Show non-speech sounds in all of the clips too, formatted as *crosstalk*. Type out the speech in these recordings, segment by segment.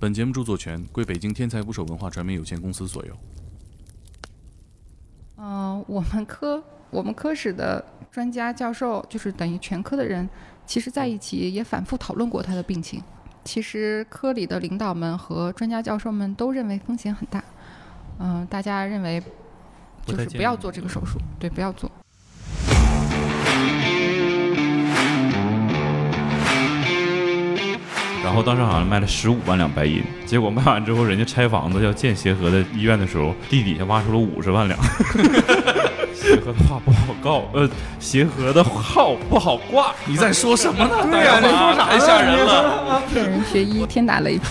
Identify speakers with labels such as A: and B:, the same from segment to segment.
A: 本节目著作权归北京天才捕手文化传媒有限公司所有。
B: 嗯、我们科我们科室的专家教授，就是等于全科的人，其实在一起也反复讨论过他的病情。其实科里的领导们和专家教授们都认为风险很大，嗯、大家认为
C: 不
B: 就
C: 太
B: 是
C: 建
B: 不要
C: 议
B: 做这个手术，对，不要做。
C: 然后当时好像卖了十五万两白银，结果卖完之后，人家拆房子要建协和的医院的时候，地底下挖出了五十万两。协和的话不好告， *laughs* 呃，协和的号不好挂。啊
A: 你在说什么呢？对
C: 呀你说啥呢
A: 太吓人了。
B: 本人学医天打
D: *laughs*
B: 雷劈。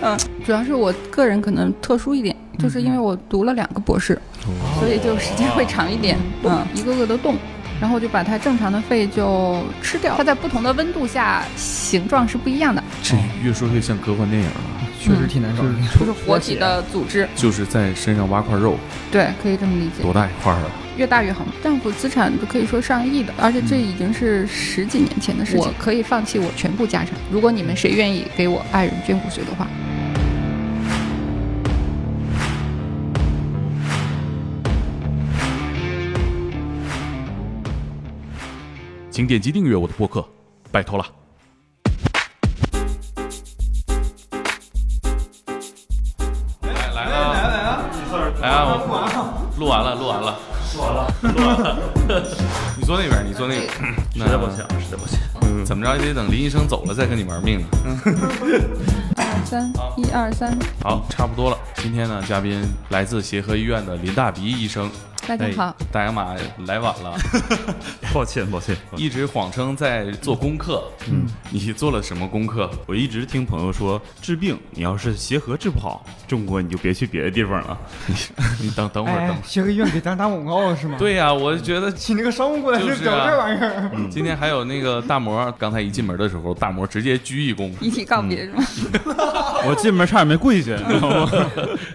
B: 嗯，主要是我个人可能特殊一点，就是因为我读了两个博士，
D: 嗯
B: 所以就时间会长一点。
D: 哦
B: 嗯，一个个的动，然后我就把它正常的肺就吃掉。它在不同的温度下形状是不一样的，嗯
A: 这越说越像科幻电影了，
D: 确实挺难找的。
B: 就是活体的组织。
A: 就是在身上挖块肉，
B: 对，可以这么理解，
A: 多大一块儿啊？
B: 越大越好。政府资产都可以说上亿的，而且这已经是十几年前的
D: 嗯
B: 事情。我可以放弃我全部家产，如果你们谁愿意给我爱人捐骨髓的话。
A: 请点击订阅我的播客，拜托了。来啊！我录完了，录完了，录完了，录完了。你坐那 *laughs* 边，你坐那边。实在抱歉，实在抱歉。怎么着也得等林医生走了再跟你玩命呢。
B: 三一二三，
A: 好，差不多了。今天呢，嘉宾来自协和医院的林大鼻医生，
B: 大家哎好。
A: 哎大洋马来晚了，
C: *laughs* 抱歉，抱歉，一
A: 一直谎称在做功课。嗯，你做了什么功课？ *laughs*
C: 我一直听朋友说，治病你要是协和治不好，中国你就别去别的地方了。
A: 你等等会儿，等
D: 哎
A: 会，儿。
D: 学个医院给咱打广告了是吗？，
A: 对呀、我觉得
D: *laughs* 请那个商务过来
A: 就是是
D: 整
A: 啊
D: 这玩意儿。
A: 今天还有那个大魔，刚才一进门的时候，大魔直接鞠一躬。 *laughs*
B: 遗体告别
C: *laughs*
B: 是吗？
C: *laughs* 我进门差点没跪下，你知道吗？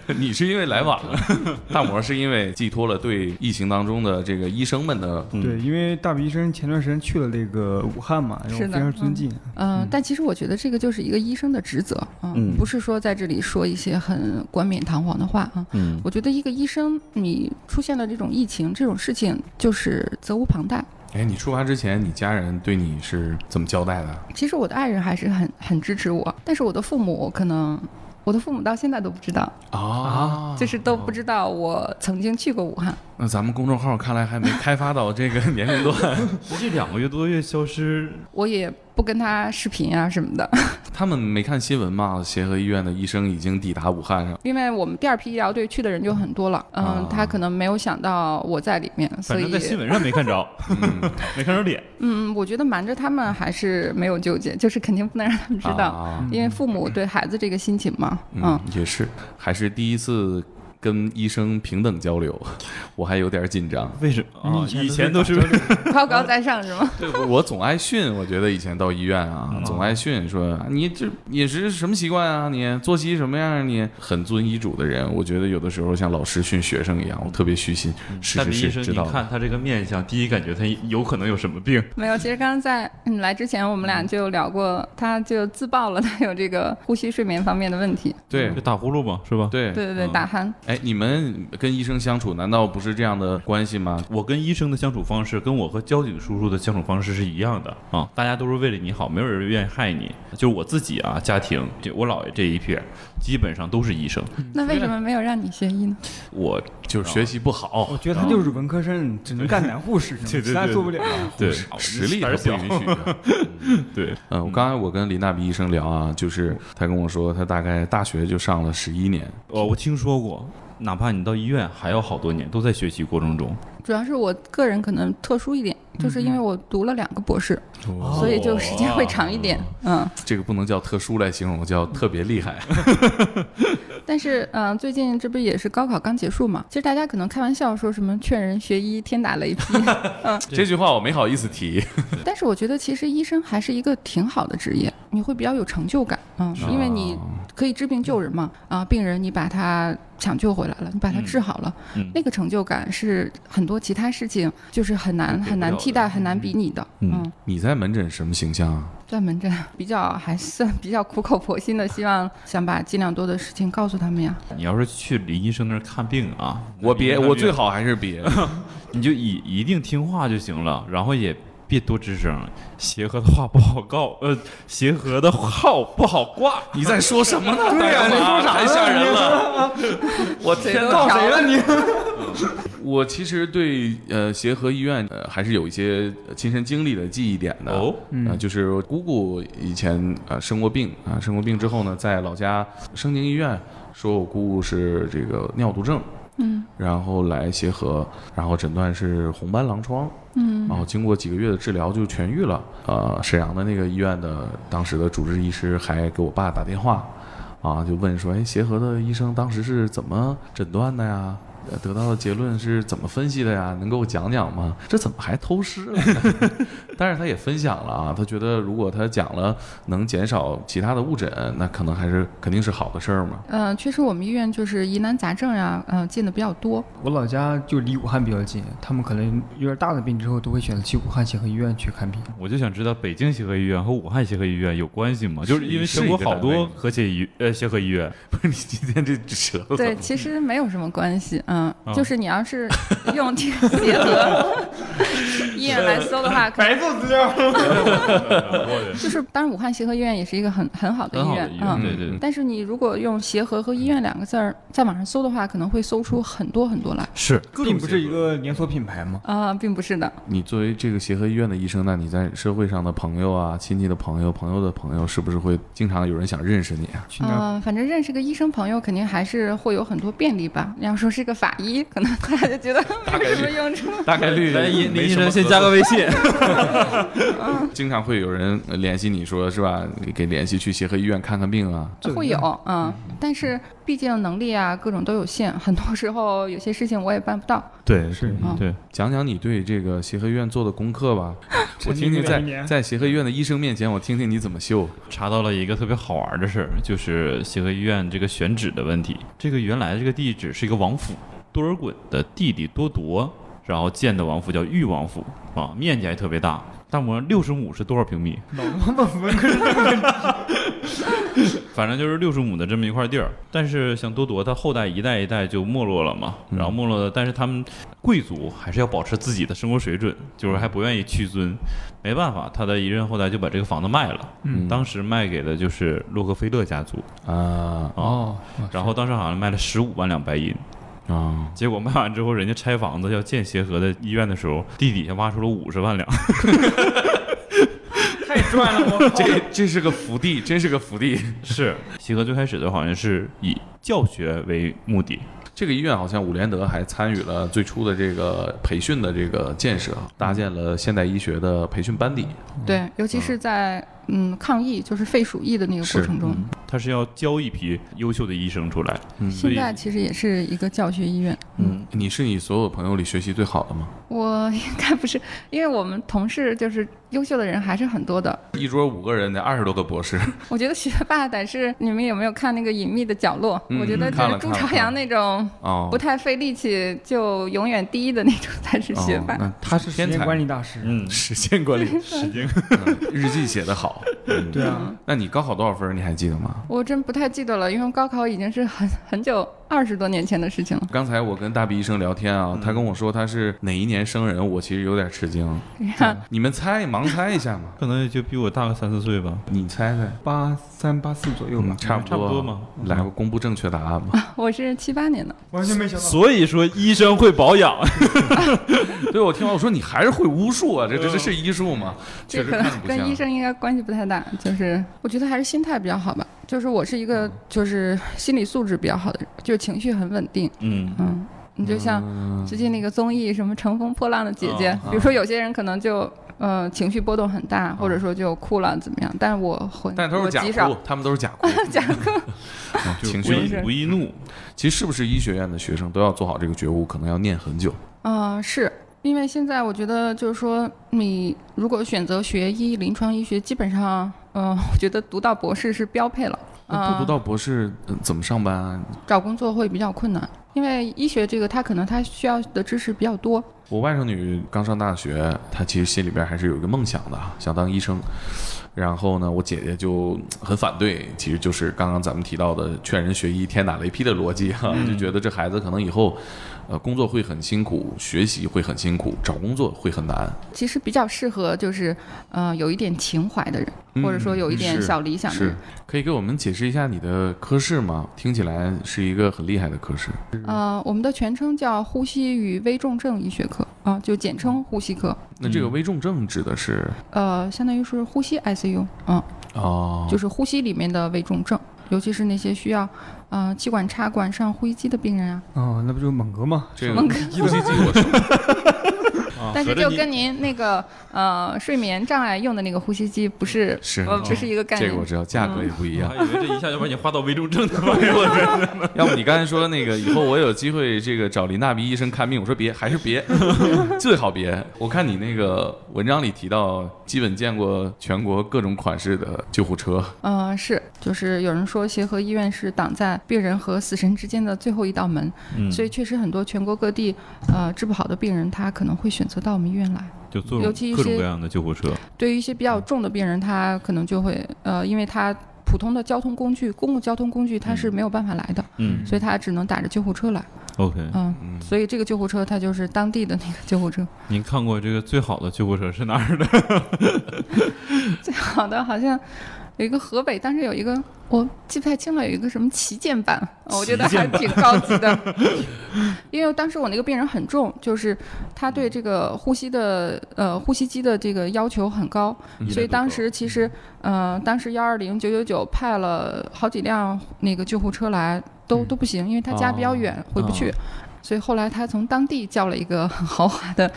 A: 你是因为来晚了， *laughs* 大魔是因为寄托了对疫情当中的这个医生们的
D: 对，因为大鼻医生前段时间去了那个武汉嘛，然后
B: 是
D: 非
B: 的
D: 常尊敬。
B: 嗯、但其实我觉得这个就是一个医生的职责啊，
C: 嗯
B: 不是说在这里说一些很冠冕堂皇的话啊。
C: 嗯， *laughs*
B: 我觉得一个医生，你出现了这种疫情这种事情，就是责无旁贷。
A: 哎，你出发之前，你家人对你是怎么交代的？
B: 其实我的爱人还是很很支持我，但是我的父母可能，我的父母到现在都不知道，
A: 啊
B: 就是都不知道我曾经去过武
C: 啊
B: 汉。
A: 那咱们公众号看来还没开发到这个年龄段， *laughs*
C: 这两个月多月消失，
B: 我也不跟他视频啊什么的， *laughs*
A: 他们没看新闻嘛？协和医院的医生已经抵达武汉了。
B: 因为我们第二批医疗队去的人就很多了，嗯，
A: 啊
B: 他可能没有想到我在里面，所
C: 反
B: 以
C: 正在新闻上没看着， *laughs* 没看着脸。
B: 嗯，我觉得瞒着他们还是没有纠结，就是肯定不能让他们知道，
A: 啊
B: 因为父母对孩子这个心情嘛。嗯，
A: 嗯，也是，还是第一次跟医生平等交流， *laughs* 我还有点紧张。
C: 为什么啊？以
D: 以
C: 前
D: 前
C: 都
D: 都
C: 是
D: 是
C: *laughs*
B: 嗯高高在上是吗？ *laughs*
A: *laughs* 对，我我总挨训，我觉得以前到医院啊，总挨训说啊你这饮食什么习惯啊，你作息什么样啊，你很遵医嘱的人，我觉得有的时候像老师训学生一样，我特别虚心。是
C: 但
A: 嗯是是，
C: 医生，
A: 知
C: 你
A: 道了。
C: 看他这个面相，第一感觉他有可能有什么病？
B: 没有，其实刚刚在你来之前，我们俩就聊过，他就自曝了他有这个呼吸睡眠方面的问题。
A: 对
C: 就打呼噜嘛，是吧？，
A: 对
B: 对对对，
C: 嗯
B: 打鼾。
A: 哎，你们跟医生相处难道不是这样的关系吗？
C: 我跟医生的相处方式，跟我和交警叔叔的相处方式是一样的啊，大家都是为了你好，没有人愿意害你。就是我自己啊，家庭，这我姥爷这一片，基本上都是医生。
B: 那为什么没有让你学医呢？
C: 我
A: 就是学习不好，
D: 我觉得他就是文科生，
A: 嗯
D: 只能干男护士，
A: *laughs*
C: 对对对
D: 实在做不了。
C: 对
A: 实力
C: 胆
A: 是
C: 儿
A: 不
C: 哦小
A: 允，许 *laughs* 的。
C: 对，
A: 嗯，我刚才我跟林大鼻医生聊啊，就是他跟我说，他大概大学就上了十一年，
C: 哦我我听说过，哪怕你到医院还要好多年，都在学习过程中。
B: 主要是我个人可能特殊一点，就是因为我读了两个博士，
A: 哦
B: 所以就时间会长一点。嗯。
A: 这个不能叫特殊来形容，叫特别厉害。
B: 但是，嗯、最近这不也是高考刚结束嘛？其实大家可能开玩笑说什么劝人学医，天打雷劈。
A: 这句话我没好意思提。
B: 但是我觉得，其实医生还是一个挺好的职业，你会比较有成就感，嗯，
C: 啊
B: 因为你
A: 啊
B: 可以治病救人嘛，啊，病人你把他抢救回来了，你把他治好了，
C: 嗯
B: 那个成就感是很多其他事情就是很难
C: 给不
B: 很难
C: 了
B: 替
C: 的
B: 代、很难比拟的，
C: 嗯，
A: 你在门诊什么形象啊？
B: 在门诊 *laughs* 比较还算比较苦口婆心的，希望想把尽量多的事情告诉他们呀。
C: 你要是去林医生那儿看病啊，
A: 我别，
C: 林医生
A: 我最好还是别。 *laughs*
C: 你就一一定听话就行了，然后也别多吱声，协和的话不好告，呃，协和的号不好挂。
A: 你在说什么呢？
D: 对呀
A: 大
D: 你
A: 哥
D: 说啥
A: 太
D: 呢
A: 吓人了！ *laughs* 我天
B: 都
A: 哪！
D: 告谁了你？
A: 我其实对呃协和医院呃还是有一些呃亲身经历的记忆点的。
C: 哦，
D: 嗯
A: 啊、就是我姑姑以前呃生过病啊，生过病之后呢，在老家盛宁医院说我姑姑是这个尿毒症，
B: 嗯
A: 然后来协和，然后诊断是红斑狼疮，
B: 嗯
A: 然后经过几个月的治疗就痊愈了。呃，沈阳的那个医院的当时的主治医师还给我爸打电话，啊，就问说，哎，协和的医生当时是怎么诊断的呀？呃得到的结论是怎么分析的呀？能给我讲讲吗？这怎么还偷师了呢？ *laughs* 但是他也分享了啊，他觉得如果他讲了能减少其他的误诊，那可能还是肯定是好的事儿嘛。
B: 呃，确实我们医院就是疑难杂症呀、呃，进的比较多。
D: 我老家就离武汉比较近，他们可能有点大的病之后，都会选择去武汉协和医院去看病。
C: 我就想知道北京协和医院和武汉协和医院有关系吗？
A: 是
C: 就是因为全国好
A: 是一个
C: 多
A: 单位
C: 和谐医呃协和医院， *laughs*
A: 不是你今天这舌头
B: *laughs* 对，其实没有什么关系，嗯，
C: 啊
B: 就是你要是 *laughs* 用这个协和医院来搜的话，可
D: *laughs* 白做资料。
B: 就是当然武汉协和医院也是一个很很好的
C: 很
B: 医
C: 好
B: 院
C: 的医，
B: 嗯
C: 院，。对对。对
B: 但是你如果用“协和”和“医院”两个字儿在网上搜的话，可能会搜出很多很多来。
C: 是，
D: *laughs* 并不是一个连锁品牌吗？
B: 啊、并不是的，
A: 你作为这个协和医院的医生，那你在社会上的朋友啊、亲戚的朋友、朋友的朋友，是不是会经常有人想认识你啊？
D: 去那儿
B: 嗯、反正认识个医生朋友，肯定还是会有很多便利吧。要说是个法医，可能大家就觉得没有什么用处。
A: *laughs* 大概率
C: 来，林林
A: 没
C: 医
A: 什么
C: 生先
A: 合
C: 加个微信。
A: *laughs* 作，经常会有人呃联系你说是吧？给给联系去协和医院看看病啊。
D: 这个
B: 会有，嗯，但是毕竟能力啊，各种都有限，很多时候有些事情我也办不到。
C: 对，
D: 是
B: 嗯
C: 对，
A: 讲讲你对这个协和医院做的功课吧。 *laughs* 我
D: 沉
A: 听
D: 迷
A: 听
D: 了一
A: 在
D: 年
A: 在协和医院的医生面前，我听听你怎么秀。
C: 查到了一个特别好玩的事儿，就是协和医院这个选址的问题。这个原来这个地址是一个王府，多尔衮的弟弟多铎，然后建的王府叫裕王府啊，面积还特别大，大模六十亩是多少平米？
D: 脑他妈文科
C: 反正就是六十亩的这么一块地儿。但是像多铎，他后代一代一代就没落了嘛，
A: 嗯
C: 然后没落了，但是他们贵族还是要保持自己的生活水准，就是还不愿意屈尊，没办法，他的一任后代就把这个房子卖了，
A: 嗯
C: 当时卖给的就是洛克菲勒家族
A: 啊
C: 啊。
D: 哦，
C: 然后当时好像卖了十五万两白银，
A: 啊！
C: 结果卖完之后，人家拆房子要建协和的医院的时候，地底下挖出了五十万两， *laughs*
D: 太赚了！我
A: *laughs* 这这是个福地，真是个福地。
C: 是协和最开始的好像是以教学为目的，
A: 这个医院好像伍连德还参与了最初的这个培训的这个建设，搭建了现代医学的培训班底。
B: 对，尤其是在嗯抗疫，就是肺鼠疫的那个过
A: 是
B: 程中，
C: 他是要教一批优秀的医生出来，
A: 嗯
C: 所
B: 现
C: 以
B: 在其实也是一个教学医院。
A: 嗯，你是你所有朋友里学习最好的吗？
B: 我 *laughs* 应该不是，因为我们同事就是优秀的人还是很多的。
A: 一桌五个人得二十多个博
D: *laughs*
A: 士，
B: 我觉得学霸得是你们有没有看那个《隐秘的角落》？
A: 嗯
B: 我觉得就
A: 看
B: 是
A: 了
B: 朱
A: 看了
B: 朝阳那种
A: 哦，
B: 不太费力气就永远第一的那种 *laughs* 才是学霸。
A: 哦那
D: 他是时
A: 天
D: 间
A: 才
D: 管理大师。
A: *laughs*
C: 嗯，
A: 时间管理， *laughs*
C: 时间
A: 嗯日记写得好。嗯
D: 对啊，
A: 那你高考多少分儿？你还记得吗？
B: 我真不太记得了，因为高考已经是很很久二十多年前的事情了。
A: 刚才我跟大鼻医生聊天
D: 嗯
A: 啊，他跟我说他是哪一年生人，我其实有点吃惊。你们猜，盲猜一下嘛？
C: 可能也就比我大个三四岁吧，
A: 你猜猜，
D: 八三八四
A: 哎
D: 左右
B: 嗯
D: 吧，
A: 差不
C: 差不多嘛。
A: 来，我公布正确答案吧。
B: *laughs* 我是七八年的，
D: 嗯完全没想到。
C: 所以说医生会保养，
A: 对，我听完我说你还是会巫术啊，这这这是医术吗？确
B: 嗯这
A: 实
B: 可
A: 看着
B: 能
A: 不
B: 跟医
A: 像。
B: 生应该关系不太大。就是我觉得还是心态比较好吧。就是我是一
A: 嗯
B: 个就是心理素质比较好的人，就是情绪很稳定。
C: 嗯，
B: 嗯，你就像
A: 嗯
B: 最近那个综艺什么《乘风破浪的姐姐》
C: 哦
A: 哦哦
B: 比如说有些人可能就呃情绪波动很大，或者说就哭了怎么样，但我会
A: 但都
B: 我
A: 是假
B: 极少
A: 哭，他们都是假哭，
B: *laughs* 假哭。
A: *laughs* 嗯情
C: 不
A: 绪
B: 是
C: 易不易怒，
A: 其实是不是医学院的学生都要做好这个觉悟，可能要念很久。
B: 嗯、是因为现在我觉得就是说，你如果选择学医，临床医学基本上，嗯、我觉得读到博士是标配了。
A: 哎那不
B: 嗯，
A: 读到博士、呃怎么上班啊？
B: 找工作会比较困难。因为医学这个它可能它需要的知识比较多，
A: 我外甥女刚上大学，她其实心里边还是有一个梦想的，想当医生。然后呢，我姐姐就很反对，其实就是刚刚咱们提到的劝人学医天打雷劈的逻辑哈、
B: 嗯
A: 就觉得这孩子可能以后，呃，工作会很辛苦，学习会很辛苦，找工作会很难。
B: 其实比较适合就是呃有一点情怀的人，或者说有一
A: 嗯
B: 点
A: 是
B: 小理想的
A: 是
B: 人。，
A: 可以给我们解释一下你的科室吗？听起来是一个很厉害的科室。
B: 呃，我们的全称叫呼吸与危重症医学科啊、就简称呼吸科，
A: 那这个危重症指的是
B: 呃，相当于是呼吸 ICU 啊、
A: 哦，
B: 就是呼吸里面的危重症，尤其是那些需要呃气管插管上呼吸机的病人啊。
D: 哦，那不就猛哥吗？
A: 这
B: 我
A: 个，E
B: 们
A: 呼吸机我说哦
C: 啊
B: 但是
C: 合着
B: 就
C: 你
B: 跟您那个呃睡眠障碍用的那个呼吸机不是
A: 是
B: *laughs*
A: 哦
B: 呃不是一个概
A: 这
B: 念嗯
A: 个我。知道，价格也不一
C: 我
A: 样
C: 还。以为这一下就把你划到危重症的范围 *laughs* 了。
A: 要不你刚才说那个，以后我有机会这个找林大鼻医生看病，我说别，还是别，最好别。我看你那个文章里提到，基本见过全国各种款式的救护车，
B: 嗯、是，就是有人说协和医院是挡在病人和死神之间的最后一道门，
C: 嗯
B: 所以确实很多全国各地呃治不好的病人，他可能会选择到我们医院来。
C: 就做
B: 尤其一
C: 各种
B: 些
C: 各样的救护车，
B: 对于一些比较重的病人，他可能就会呃，因为他普通的交通工具、公共交通工具他是没有办法来的，
C: 嗯
B: 所以他只能打着救护车来。
C: ，OK。
B: 嗯，
A: 嗯，
B: 所以这个救护车它就是当地的那个救护车。
C: 您看过这个最好的救护车是哪儿的？
B: *laughs* 好的，好像有一个河北，当时有一个我记不太清了，有一个什么旗舰版，哦我觉得还挺高级的。 *laughs* 因为当时我那个病人很重，就是他对这个呼吸的呃呼吸机的这个要求很高，所以当时其实呃当时幺二零九九九派了好几辆那个救护车来，都都不行，因为他家比较远，回不去。所以后来他从当地叫了一个 *laughs* 很豪华的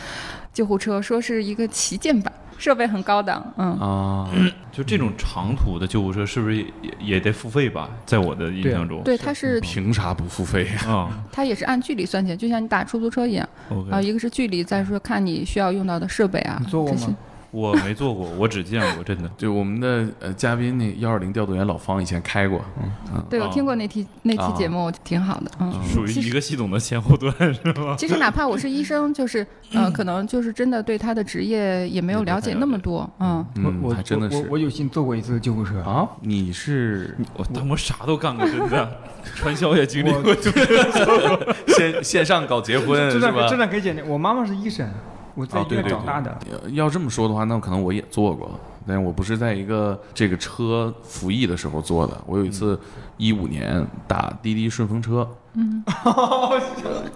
B: 救护车，说是一个旗舰版，设备很高档，嗯，
A: 啊，
C: 就这种长途的救护车，是不是也也也得付费吧？在我的印象中，
B: 对，它是
A: 凭啥不付费呀？
C: 啊
B: 它也是按距离算钱，就像你打出租车一样啊、
C: ，OK，
B: 一个是距离，再说看你需要用到的设备啊。
D: 你坐过
B: 这些
D: 吗？嗯
C: 我没坐过，我只见过， *laughs* 真的。
A: 就我们的呃嘉宾那幺二零调度员老方以前开过，
B: 对，我
C: 啊
B: 听过那期那期
A: 啊
B: 节目，挺好的。嗯，
C: 属于
B: 其
C: 一
B: 实
C: 个系统的前后 *laughs* 端是吧？
B: 其实哪怕我是医生，就是呃，可能就是真的对他的职业也没有
C: 也不太
B: 了解
C: 了
B: 那么
C: 解
B: 多。嗯，
A: 嗯，
D: 我我
A: 还真的
D: 我我
A: 是
D: 我有幸坐过一次救护车，
A: 啊，你是
C: 我他妈啥都干过，真 *laughs* 的，传销也经历
D: 我
C: 过，就
A: 线线上搞结婚
D: 这
A: 是
D: 段
A: 吧
D: 这？段可以简单。我妈妈是医生，我在
A: 哦
D: 医
A: 对
D: 院
A: 对
D: 长
A: 对
D: 大的。
A: 要要这么说的话，那可能我也做过，但是我不是在一个这个车服役的时候做的。我有一次一五年打滴滴顺风车，
B: 嗯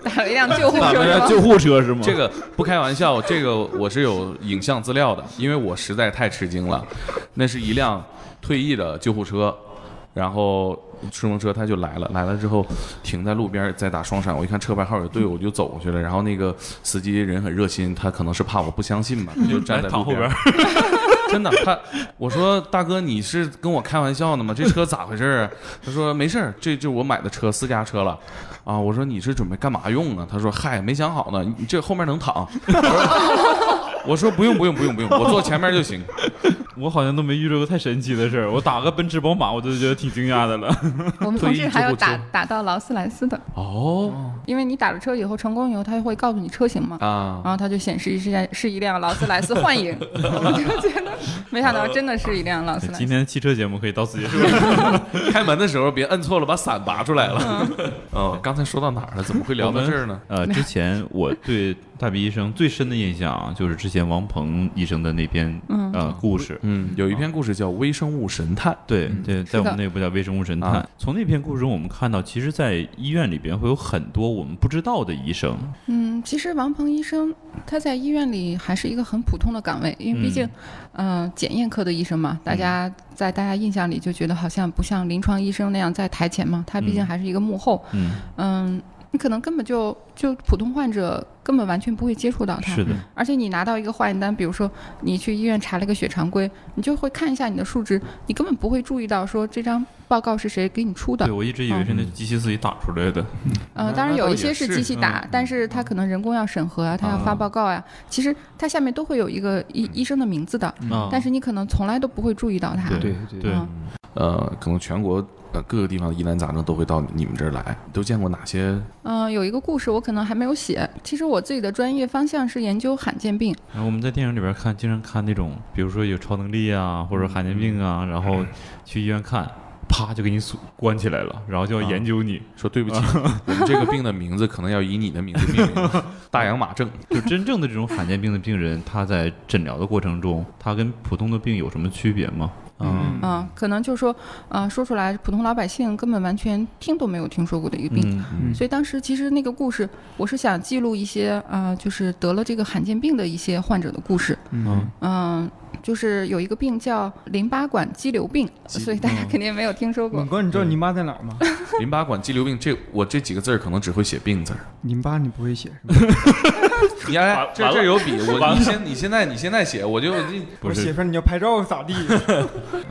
B: 打了一辆救护车是吧？
C: 护车是吗
A: 这个不开玩笑，这个我是有影像资料的，因为我实在太吃惊了。那是一辆退役的救护车，然后顺风车他就来了，来了之后停在路边在打双闪，我一看车牌号有队，我就走过去了。然后那个司机人很热心，他可能是怕我不相信吧，他就站在
C: 嗯哎躺
A: 路
C: 后边
A: 边
C: 儿。
A: *laughs* 真的，他我说大哥，你是跟我开玩笑呢吗？这车咋回事儿啊？他说没事儿，这就我买的车，私家车了。啊，我说你是准备干嘛用啊？他说嗨，没想好呢，你这后面能躺。 *laughs* 我说我说不用不用不用不用，我坐前面就行。
C: 我好像都没遇到过太神奇的事儿。我打个奔驰、宝马，我都觉得挺惊讶的 *laughs* 了。
B: 我们
A: 退
B: 同
A: 役
B: 事
A: 救
B: 还有
A: 护
B: 打
A: 车
B: 打到劳斯莱斯的，
A: 哦
B: 因为你打了车以后成功以后，他会告诉你车型嘛。
A: 啊，
B: 然后它就显示是一是一辆劳斯莱斯幻影， *laughs* 我们就觉得没想到真的是一辆劳斯莱斯
C: *laughs* 今。天汽车节目可以到此 *laughs* 结束。
A: *laughs* 开门的时候别摁错了，把伞拔出来了。
B: 嗯
A: *laughs* 哦，刚才说到哪儿了？怎么会聊
C: 我
A: 到
C: 们
A: 这儿呢？
C: 呃，之前我对大鼻医生最深的印象啊，就是之前王鹏医生的那篇
B: 嗯
C: 呃故事。
A: 嗯，有一篇故事叫《微生物神探》。
C: 对对，在我们
B: 嗯是的
C: 内部叫微生物神探
A: 啊。
C: 从那篇故事中，我们看到，其实，在医院里边会有很多我们不知道的医生。
B: 嗯，其实王鹏医生他在医院里还是一个很普通的岗位，因为毕竟，嗯、检验科的医生嘛，大家
C: 嗯
B: 在大家印象里就觉得好像不像临床医生那样在台前嘛，他毕竟
C: 嗯
B: 还是一个幕后，
C: 嗯，
B: 嗯。你可能根本就就普通患者根本完全不会接触到他，
C: 是的，
B: 而且你拿到一个化验单，比如说你去医院查了个血常规，你就会看一下你的数值，你根本不会注意到说这张报告是谁给你出的
C: 对。我一直以为是
B: 嗯
C: 那机器自己打出来的。
B: 呃，
A: 那
B: 当然
A: 那
B: 有
A: 倒
B: 一
A: 也
B: 些是
A: 是
B: 机器打，但是它可能人工要审核啊，它要发
C: 啊
B: 报告呀、其实它下面都会有一个医医生的名字的，
C: 啊
B: 但是你可能从来都不会注意到它。
C: 对
D: 对
C: 对
B: 嗯
A: 呃，可能全国呃各个地方的疑难杂症都会到你们这儿来。你都见过哪些？
B: 嗯、有一个故事我可能还没有写。其实我自己的专业方向是研究罕见病，
C: 然后我们在电影里边看，经常看那种，比如说有超能力啊，或者罕见病啊，然后去医院看，啪就给你锁关起来了，然后就
B: 啊
C: 要研究你，
A: 说对不起，
C: *laughs*
A: 我们这个病的名字可能要以你的名字命名， *laughs* 大洋马症。
C: 就真正的这种罕见病的病人，他在诊疗的过程中，他跟普通的病有什么区别吗？
A: 嗯
B: 嗯、可能就是说，呃，说出来普通老百姓根本完全听都没有听说过的一个病。
C: 嗯
D: 嗯
B: 所以当时其实那个故事，我是想记录一些，呃，就是得了这个罕见病的一些患者的故事。
C: 嗯
B: 嗯、就是有一个病叫淋巴管肌瘤病，所以大家
C: 嗯
B: 肯定没有听说过
D: 猛。哥，你知道你妈在哪儿吗？
A: 淋巴管肌瘤病，这我这几个字儿可能只会写病字儿。
D: 你妈你不会写是吧？
A: 你哎
C: *laughs* 完，
A: 这
C: 完了
A: 这有笔，
C: 完
A: 我
C: 了
A: 你现你现在你现在写，我
C: *laughs*
A: 就
C: 不
D: 我
C: 是
D: 写出来你要拍照咋地？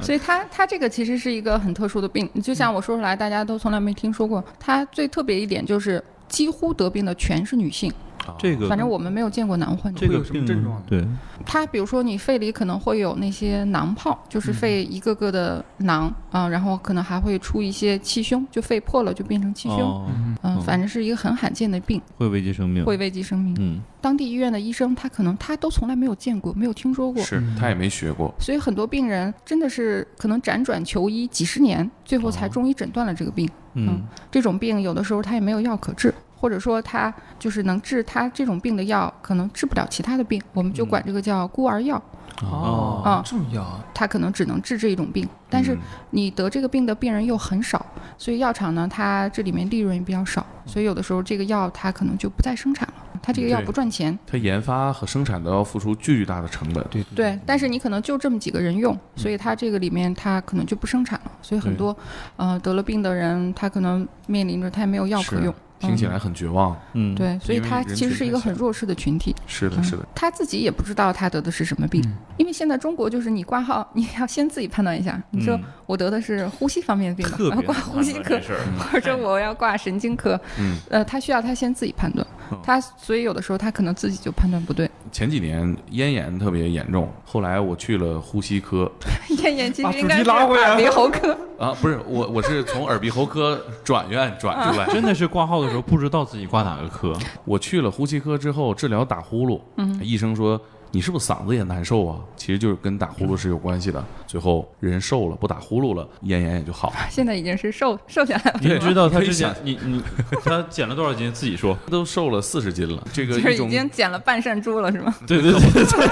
B: 所以它它这个其实是一个很特殊的病，就像我说出来，大家都从来没听说过。它最特别一点就是。几乎得病的全是女性，
C: 这个
B: 反正我们没有见过男患者。
C: 这
D: 会
C: 个
D: 有什么
C: 病
D: 症状
C: 对，
B: 他比如说你肺里可能会有那些囊泡，就是肺一个个的囊
C: 嗯
B: 啊、然后可能还会出一些气胸，就肺破了就变成气胸，
C: 哦
D: 嗯
B: 嗯、
C: 嗯
B: 反正是一个很罕见的病，
C: 会危及生命，
B: 会危及生命。
C: 嗯，
B: 当地医院的医生他可能他都从来没有见过，没有听说过，
A: 哦
C: 嗯
A: 是他也没学过，
B: 所以很多病人真的是可能辗转求医几十年，最后才
C: 哦
B: 终于诊断了这个病。
C: 嗯
B: 嗯这种病有的时候它也没有药可治，或者说它就是能治它这种病的药，可能治不了其他的病，我们就
A: 嗯
B: 管这个叫孤儿药，
C: 哦
B: 啊
D: 这么样，
B: 它可能只能治这一种病。但是
A: 嗯
B: 你得这个病的病人又很少，所以药厂呢，它这里面利润也比较少，所以有的时候这个药它可能就不再生产了，它这个药
A: 对
B: 不赚钱。
A: 他研发和生产都要付出巨大的成本。
D: 对
B: 对，但是你可能就这么几个人用，所以它这个里面它可能就不生产了，所以很
A: 对
B: 多，呃，得了病的人他可能面临着他也没有药可
A: 是
B: 用，
A: 听起来很绝望。
C: 嗯，
B: 对，所以
A: 因为
B: 他
A: 人
B: 其实
A: 群
B: 是一
A: 太
B: 个很
A: 小
B: 弱势的群体，
A: 是的，
B: 嗯
A: 是的，
B: 他自己也不知道他得的是什么病，因为现在中国就是你挂号，你要先自己判断一下，你说
C: 嗯
B: 我得的是呼吸方面的病吧，
C: 特
B: 我要
C: 别
B: 挂
C: 难
B: 呼吸
C: 判
B: 科
C: 断这，事儿嗯
B: 或者我要挂神经科，
A: 嗯。
B: 呃，他需要他先自己判断，他所以有的时候他可能自己就判断不对，
A: 前几年咽炎特别严重，后来我去了呼吸科
B: *laughs* 咽炎其
D: 把
B: 实
D: 主
B: 应该
D: 题
B: 是
D: 拉回来
B: 耳鼻喉科，
A: 啊，不是我，我是从耳鼻喉科转院转出
B: 嗯
A: 来。
C: 真的是挂号的时候不知道自己挂哪个 *laughs* 科，
A: 我去了呼吸科之后治疗打呼噜，
B: 嗯
A: 医生说你是不是嗓子也难受啊？其实就是跟打呼噜是有关系的。最后人瘦了，不打呼噜了，咽炎也就好了。
B: 现在已经是瘦瘦下来了， *laughs*
C: 你知道他
A: 可以
C: 之前
A: 想
C: 你 *laughs* 你他减了多少斤？自己说。
A: 都瘦了四十斤了，这个
B: 就是
A: 一
B: 已
A: 种
B: 经减了半扇猪了，是吗？
C: *laughs* 对 *laughs* 对对对，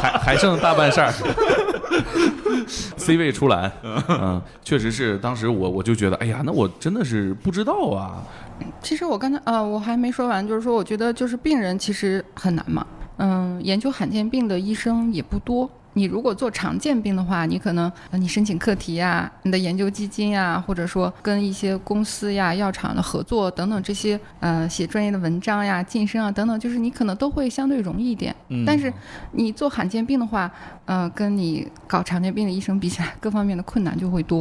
A: 还还剩大半扇儿。C 位出栏，嗯，确实是，当时我我就觉得，哎呀，那我真的是不知道啊，
B: 其实我刚才呃，我还没说完，就是说，我觉得就是病人其实很难嘛。嗯，研究罕见病的医生也不多。你如果做常见病的话，你可能呃你申请课题呀、你的研究基金呀、或者说跟一些公司呀、药厂的合作等等这些，呃，写专业的文章呀、晋升啊等等，就是你可能都会相对容易一点。
C: 嗯
B: 但是你做罕见病的话，呃，跟你搞常见病的医生比起来，各方面的困难就会多，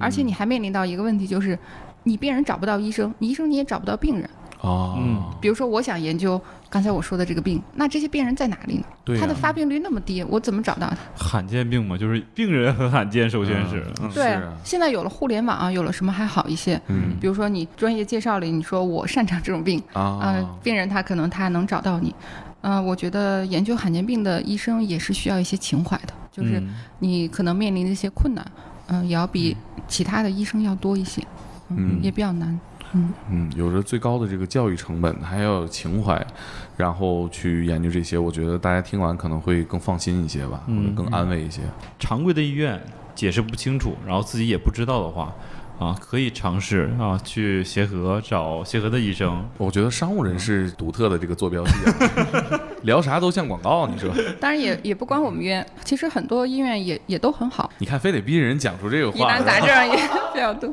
B: 而
A: 嗯
B: 且你还面临到一个问题，就是你病人找不到医生，你医生你也找不到病人。
A: 啊，
C: 嗯
B: 比如说，我想研究刚才我说的这个病，那这些病人在哪里呢？
A: 对呀
B: 他的发病率那么低，我怎么找到他？
C: 罕见病嘛，就是病人很罕见，首先是，
A: 嗯是
B: 对
A: 啊，
B: 现在有了互联网啊，有了什么还好一些。
A: 嗯
B: 比如说，你专业介绍里你说我擅长这种病，呃
A: 啊，，
B: 病人他可能他能找到你。呃，我觉得研究罕见病的医生也是需要一些情怀的，就是
C: 嗯
B: 你可能面临的一些困难，嗯、也要比其他的医生要多一些，
A: 嗯
B: 也比较难。
A: 嗯，有着最高的这个教育成本，还要有情怀，然后去研究这些，我觉得大家听完可能会更放心一些吧，或者
C: 嗯
A: 更安慰一些。
C: 常规的医院解释不清楚，然后自己也不知道的话，啊，可以尝试啊去协和找协和的医生，
A: 我觉得商务人士独特的这个坐标系、啊， *laughs* 聊啥都像广告，你说？
B: 当然也也不光我们医院，其实很多医院也也都很好，
A: 你看，非得逼人讲出这个
B: 疑
A: 话
B: 难杂
A: 来，
B: 症也比较多。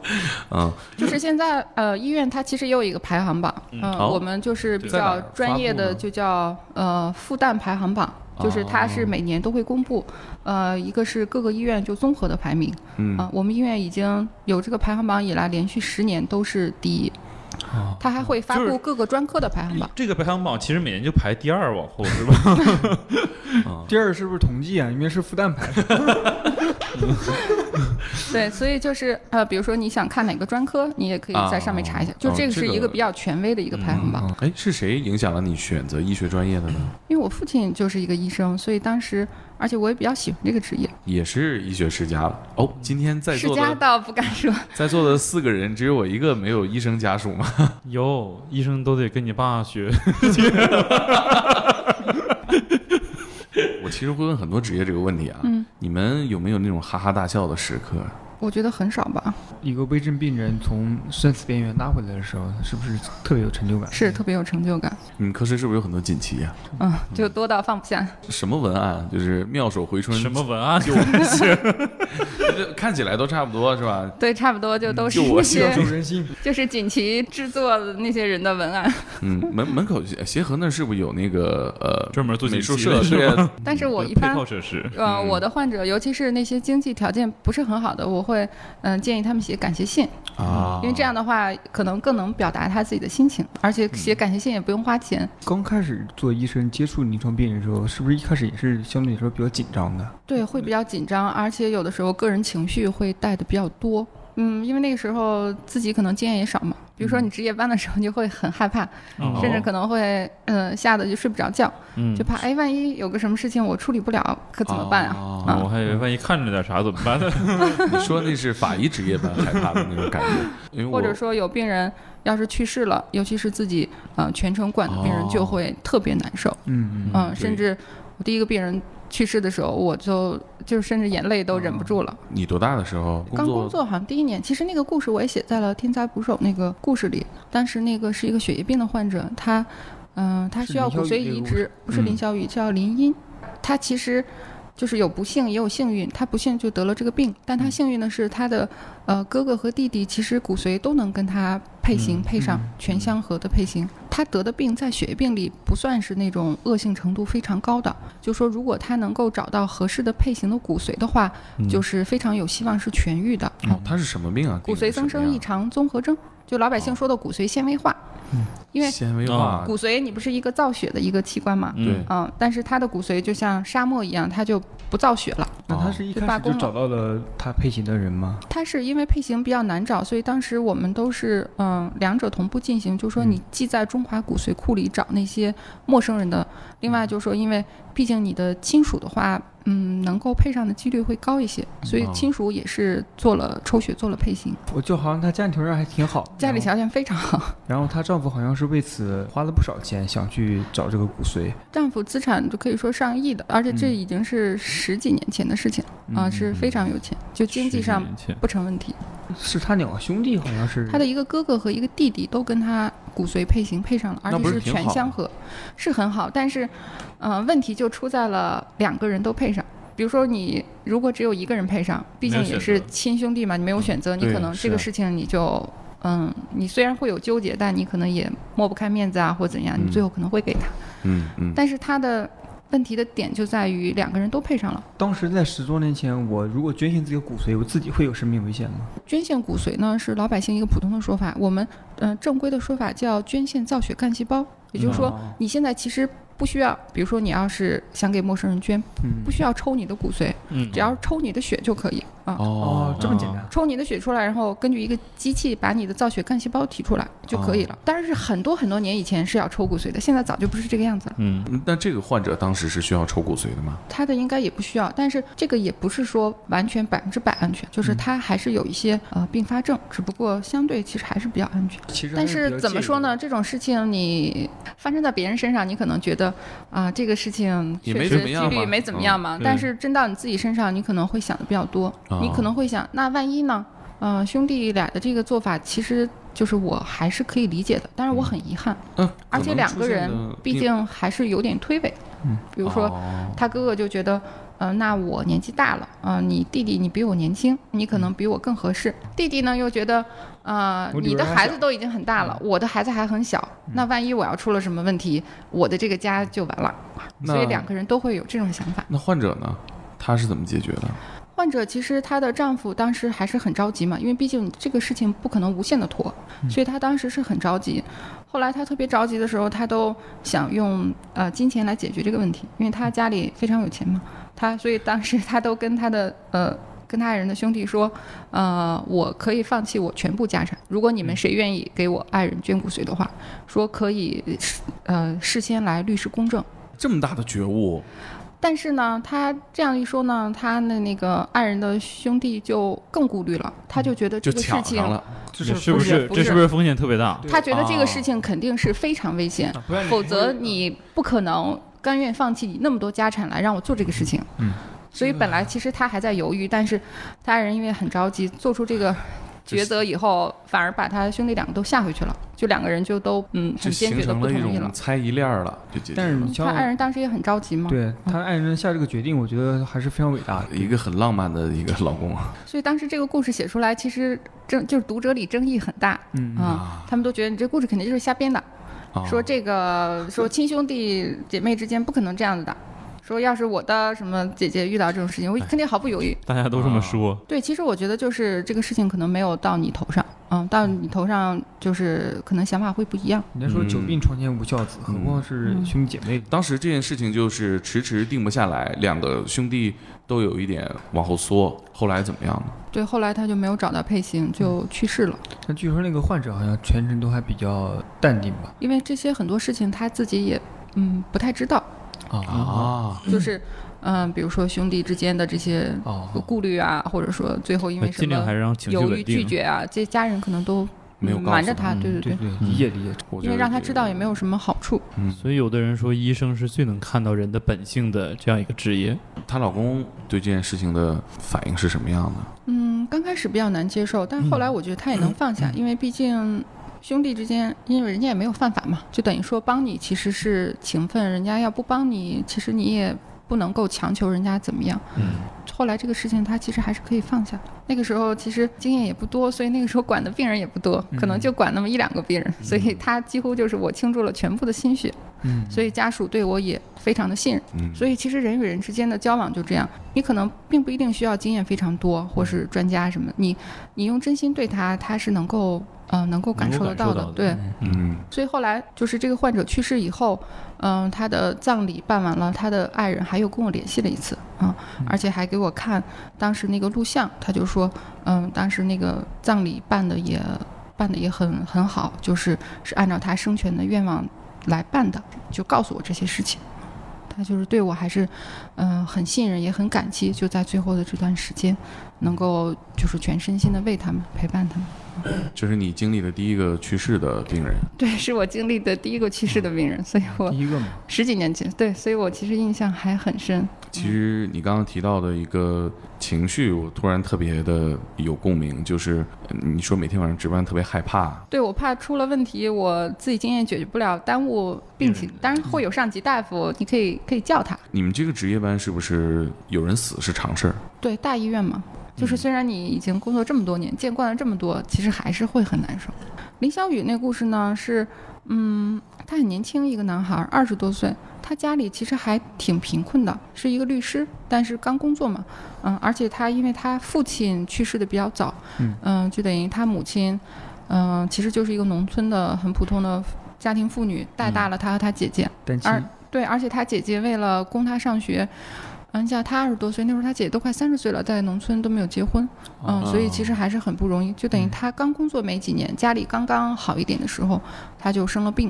A: 嗯，
B: 就是现在呃，医院它其实也有一个排行榜，嗯、
A: 好
B: 我们就是比
A: 在哪
B: 较
A: 儿
B: 专业
A: 发布
B: 的
A: 呢
B: 就叫呃复旦排行榜。就是它
A: 哦
B: 是每年都会公布，呃，一个是各个医院就综合的排名，
A: 嗯
B: 啊、我们医院已经有这个排行榜以来，连续十年都是第一，
A: 哦
B: 它还会发
C: 就是
B: 布各个专科的排
C: *laughs*
B: 行榜。
C: 这个排行榜其实每年就排第二往后是吧？
D: 第二是不是统计啊？因为是复旦排的，
B: 对，所以就是呃，比如说你想看哪个专科，你也可以在上面查一下，
A: 啊
B: 就这个
A: 这
B: 是
A: 个
B: 一个比较权威的一个排行榜。
A: 哎，是谁影响了你选择医学专业的呢？
B: 因为我父亲就是一个医生，所以当时而且我也比较喜欢这个职业。
A: 也是医学世家了。哦，今天在
B: 世
A: 座
B: 家
A: 的
B: 倒不敢说，
A: 在座的四个人，只有我一个没有医生家属嘛。
C: *laughs* 有医生都得跟你爸学，
A: *laughs* 我其实会问很多职业这个问题啊。
B: 嗯，
A: 你们有没有那种哈哈大笑的时刻？
B: 我觉得很少吧，
D: 一个危重病人从生死边缘拉回来的时候，是不是特别有成就感？
B: 是特别有成就感，
A: 你们科室是不是有很多锦旗呀、啊
B: 嗯，就多到放不下。
A: 什么文案？啊就是妙手回春，
C: 什么文案就写，
A: 这 *laughs* 看起来都差不多是吧？
B: 对，差不多就都
A: 嗯
B: 是
A: 就我
B: 那
A: 希望
B: 些
A: 这，
D: 人心。
B: 就是锦旗制作的那些人的文案。
A: 嗯，门门口协和那儿是不是有那个呃
C: 专门做
A: 美
C: 锦旗
A: 术
C: 的
A: 社？
C: 是
A: 对
C: 吧
A: 啊，
B: 但是我一
C: 配
B: 般
C: 套设施，
B: 呃，
A: 嗯
B: 我的患者，尤其是那些经济条件不是很好的，我会嗯、呃建议他们写感谢信，
C: *laughs*
A: 啊
B: 因为这样的话可能更能表达他自己的心情，而且
A: 嗯
B: 写感谢信也不用花钱。
D: 刚开始做医生接触临床病人的时候，是不是一开始也是相对来说比较紧张的？
B: 对，会比较紧张，而且有的时候个人情绪会带的比较多。嗯，因为那个时候自己可能经验也少嘛，比如说
A: 嗯
B: 你值夜班的时候，你就会很害怕，
C: 嗯
A: 哦
B: 甚至可能会嗯、呃吓得就睡不着觉，
C: 嗯
B: 就怕哎万一有个什么事情我处理不了，可怎么办啊？
A: 哦
C: 啊我还以为万一看着点啥怎么 *laughs* 办呢？
A: 你说那是法医职业班害怕的那种感觉，因为我
B: 或者说有病人要是去世了，尤其是自己呃全程管的病人，
A: 哦
B: 就会特别难受。
D: 嗯
B: 嗯，
A: 对
B: 甚至我第一个病人去世的时候，我就就是甚至眼泪都
A: 嗯
B: 忍不住了。
A: 你多大的时候
B: 刚工作好像第一年，其实那个故事我也写在了《天才捕手》那个故事里。当时那个是一个血液病的患者，他嗯、他
D: 是
B: 需要
D: 林
B: 骨
D: 小
B: 髓
D: 雨那个
B: 移
D: 故
B: 植，不是林
A: 嗯
B: 小雨，叫林音。他其实。就是有不幸，也有幸运。他不幸就得了这个病，但他幸运的是，他的呃哥哥和弟弟其实骨髓都能跟他配型、
C: 嗯
B: 配上全相合的配型。他得的病在血液病里不算是那种恶性程度非常高的，就说如果他能够找到合适的配型的骨髓的话，
C: 嗯
B: 就是非常有希望是痊愈的。
A: 哦，他是什么病啊？
B: 骨髓增生异
A: 常，
B: 常综合征，就老百姓说的骨髓纤维化，因为
A: 纤维
D: 啊
A: 化，
B: 骨髓你不是一个造血的一个器官嘛，
C: 嗯
A: 对
B: 嗯，但是它的骨髓就像沙漠一样，它就不造血了。
D: 那他是一
B: 就罢
D: 开始
B: 工
D: 就
B: 了
D: 找到了他配型的人吗？
B: 它是因为配型比较难找，所以当时我们都是嗯两者同步进行，就说你既在中华骨髓库里找那些陌生人的，另外就说因为毕竟你的亲属的话，嗯，能够配上的几率会高一些，所以
A: 哦
B: 亲属也是做了抽血做了配型，
D: 我就好像他家庭条件还挺好，
B: 家里
D: 然后
B: 条件非常好。
D: 然后她丈夫好像是为此花了不少钱，想去找这个骨髓。
B: 丈夫资产就可以说上亿的，而且这已经是十几年前的事情啊、
D: 嗯
B: 是非常有钱，就经济上
C: 十几年前
B: 不成问题。
D: 是他两个兄弟好像是
B: 他的一个哥哥和一个弟弟都跟他骨髓配型配上了，而
A: 那不
B: 且
A: 是
B: 是
A: 挺好
B: 全相合，是很好。但是，呃，问题就出在了两个人都配上。比如说，你如果只有一个人配上，毕竟
C: 没有
B: 也
C: 选择
B: 是亲兄弟嘛，你没有选择，你
A: 对
B: 可能这
A: 是
B: 个事情你就。嗯，你虽然会有纠结，但你可能也抹不开面子啊，或怎样，
A: 嗯
B: 你最后可能会给他。
A: 嗯嗯，
B: 但是他的问题的点就在于两个人都配上了。
D: 当时在十多年前，我如果捐献自己的骨髓，我自己会有生命危险吗？
B: 捐献骨髓呢是老百姓一个普通的说法，我们嗯、呃正规的说法叫捐献造血干细胞，也就是说
D: 哦
B: 你现在其实不需要，比如说你要是想给陌生人捐，
D: 嗯
B: 不需要抽你的骨髓，
C: 嗯
B: 只要抽你的血就可以啊。
D: 哦，这么简单。
B: 抽你的血出来，然后根据一个机器把你的造血干细胞提出来就可以了。但是很多很多年以前是要抽骨髓的，现在早就不是这个样子了。
C: 嗯，
A: 嗯那这个患者当时是需要抽骨髓的吗？
B: 他的应该也不需要，但是这个也不是说完全百分之百安全，就是他还是有一些呃并发症，只不过相对其实还是比较安全。
D: 其实还
B: 但
D: 是
B: 是怎么说呢？？这种事情你发生在别人身上，你可能觉得啊、这个事情
A: 也
B: 确
A: 没
B: 实
A: 怎么样
B: 几率
A: 嘛
B: 没怎么样嘛。
C: 嗯
B: 但是真到你自己身上，你可能会想的比较多，
A: 哦
B: 你可能会想，那万一呢？呃，兄弟俩的这个做法，其实就是我还是可以理解的，但是我很遗憾，
A: 嗯，
B: 而且两个
A: 可
B: 人
A: 能出现的
B: 毕竟还是有点推诿。
D: 嗯，
B: 比如说
A: 哦
B: 他哥哥就觉得，嗯、那我年纪大了，啊、你弟弟你比我年轻，你可能比我更合适。弟弟呢又觉得，啊，
D: 嗯我女儿
B: 你的
D: 还
B: 孩
D: 小嗯
B: 子都已经很大了，我的孩子还很小，那万一我要出了什么问题，我的这个家就完了。所以
A: 那
B: 两个人都会有这种想法。
A: 那患者呢？他是怎么解决的？
B: 患者其实她的丈夫当时还是很着急嘛，因为毕竟这个事情不可能无限的拖，所以她当时是很着急。后来她特别着急的时候，她都想用呃金钱来解决这个问题，因为她家里非常有钱嘛，她所以当时她都跟她的呃跟他爱人的兄弟说，呃，我可以放弃我全部家产，如果你们谁愿意给我爱人捐骨髓的话，说可以，呃，事先来律师公证。
A: 这么大的觉悟，
B: 但是呢，他这样一说呢，他的那个爱人的兄弟就更顾虑了，他就觉得
A: 嗯就
B: 这个事
A: 抢
B: 情
A: 上，了，
D: 就是
C: 不是？
B: 不
C: 这
B: 是
C: 是不是风险特别大？
B: 他觉得这
A: 啊
B: 个事情肯定是非常危险，
D: 不
A: 嗯
D: 然
B: 否则你不可能甘愿放弃你那么多家产来让我做这个事情。
D: 嗯，
B: 所以本来其实他还在犹豫，但是他爱人因为很着急，做出这个
A: *laughs* 就
B: 抉择以后，反而把他兄弟两个都吓回去了，就两个人就都嗯
A: 就
B: 很
A: 形
B: 坚决的
A: 成
B: 不
A: 了一
B: 同意
A: 种
B: 了。
A: 猜疑链儿了，就解决
D: 但是你
B: 他
D: 像
B: 爱人当时也很着急嘛，
D: 对他爱人下这个决定，我觉得还是非常伟大的。
A: 一个很浪漫的一个老公啊，
B: 所以当时这个故事写出来，其实争就是读者里争议很大
D: 嗯，
B: 啊、他们都觉得你这故事肯定就是瞎编的，
C: 哦
A: 啊
B: 说这个说亲兄弟姐妹之间不可能这样子的，说要是我的什么姐姐遇到这种事情，
C: 哎
B: 我肯定毫不犹豫。
C: 大家都这么说，
B: 对，其实我觉得就是这个事情可能没有到你头上，嗯，到你头上就是可能想法会不一样。
D: 人家说久病床前无孝子，何况是
B: 嗯
D: 兄弟姐妹？
A: 当时这件事情就是迟迟定不下来，两个兄弟都有一点往后缩。后来怎么样呢？
B: 对，后来他就没有找到配型，
C: 嗯
B: 就去世了。
D: 但据说那个患者好像全程都还比较淡定吧？
B: 因为这些很多事情他自己也嗯不太知道，
D: 啊
B: 就是嗯、比如说兄弟之间的这些
D: 哦，
B: 顾虑啊，或者说最后因为什
C: 呃尽量还
B: 么
C: 是让情绪
B: 犹豫
C: 稳
B: 拒
C: 定。
B: 绝啊，这家人可能都
A: 没有告诉
B: 瞒着他，
C: 嗯
B: 对对
D: 对
B: 对，
D: 对，
C: 嗯
D: 理解理解。
A: 我觉
B: 因
A: 得
B: 为让他知道也没有什么好处。
A: 嗯，
C: 所以有的人说，医生是最能看到人的本性的这样一个职业。
A: 她老公对这件事情的反应是什么样的？
B: 嗯，刚开始比较难接受，但后来我觉得他也能放下，
A: 嗯
B: 因为毕竟兄弟之间，因为人家也没有犯法嘛，就等于说帮你其实是情分，人家要不帮你，其实你也不能够强求人家怎么样。
C: 嗯，
B: 后来这个事情他其实还是可以放下的。那个时候其实经验也不多，所以那个时候管的病人也不多，
A: 嗯
B: 可能就管那么一两个病人，所以他几乎就是我倾注了全部的心血，
D: 嗯，
B: 所以家属对我也非常的信任。
A: 嗯，
B: 所以其实人与人之间的交往就这样，你可能并不一定需要经验非常多或是专家什么，你你用真心对他，他是能够呃能够感
C: 能
B: 受
C: 够
B: 得
C: 感
B: 到
C: 受
B: 的
C: 到的。
B: 对，
A: 嗯，
B: 所以后来就是这个患者去世以后，嗯、他的葬礼办完了，他的爱人还又跟我联系了一次啊、而且还给我看当时那个录像，他就说，嗯、当时那个葬礼办的也办的也很很好，就是是按照他生前的愿望来办的，就告诉我这些事情。他就是对我还是，嗯、很信任，也很感激，就在最后的这段时间，能够就是全身心的为他们陪伴他们。
A: 这是你经历的第一个去世的病人，
B: 对，是我经历的第一个去世的病人，所以我
D: 第一个嘛，
B: 十几年前，对，所以我其实印象还很深。
A: 其实你刚刚提到的一个情绪，我突然特别的有共鸣，就是呃你说每天晚上值班特别害怕，
B: 对我怕出了问题，我自己经验解决不了，耽误病情。当然会有上级大夫，你可以可以叫他。
A: 你们这个值夜班是不是有人死是常事儿？
B: 对，大医院嘛，就是虽然你已经工作这么多年，见惯了这么多，其实还是会很难受。林小雨那故事呢是，嗯，他很年轻，一个男孩，二十多岁，他家里其实还挺贫困的，是一个律师，但是刚工作嘛，嗯，而且他因为他父亲去世的比较早，
D: 嗯
B: 就等于他母亲，嗯、其实就是一个农村的很普通的家庭妇女，带大了他和他姐姐，
D: 单亲
B: 二对，而且他姐姐为了供他上学，嗯，你想他二十多岁，那时候他姐姐都快三十岁了，在农村都没有结婚，嗯，所以其实还是很不容易。就等于他刚工作没几年，家里刚刚好一点的时候，他就生了病，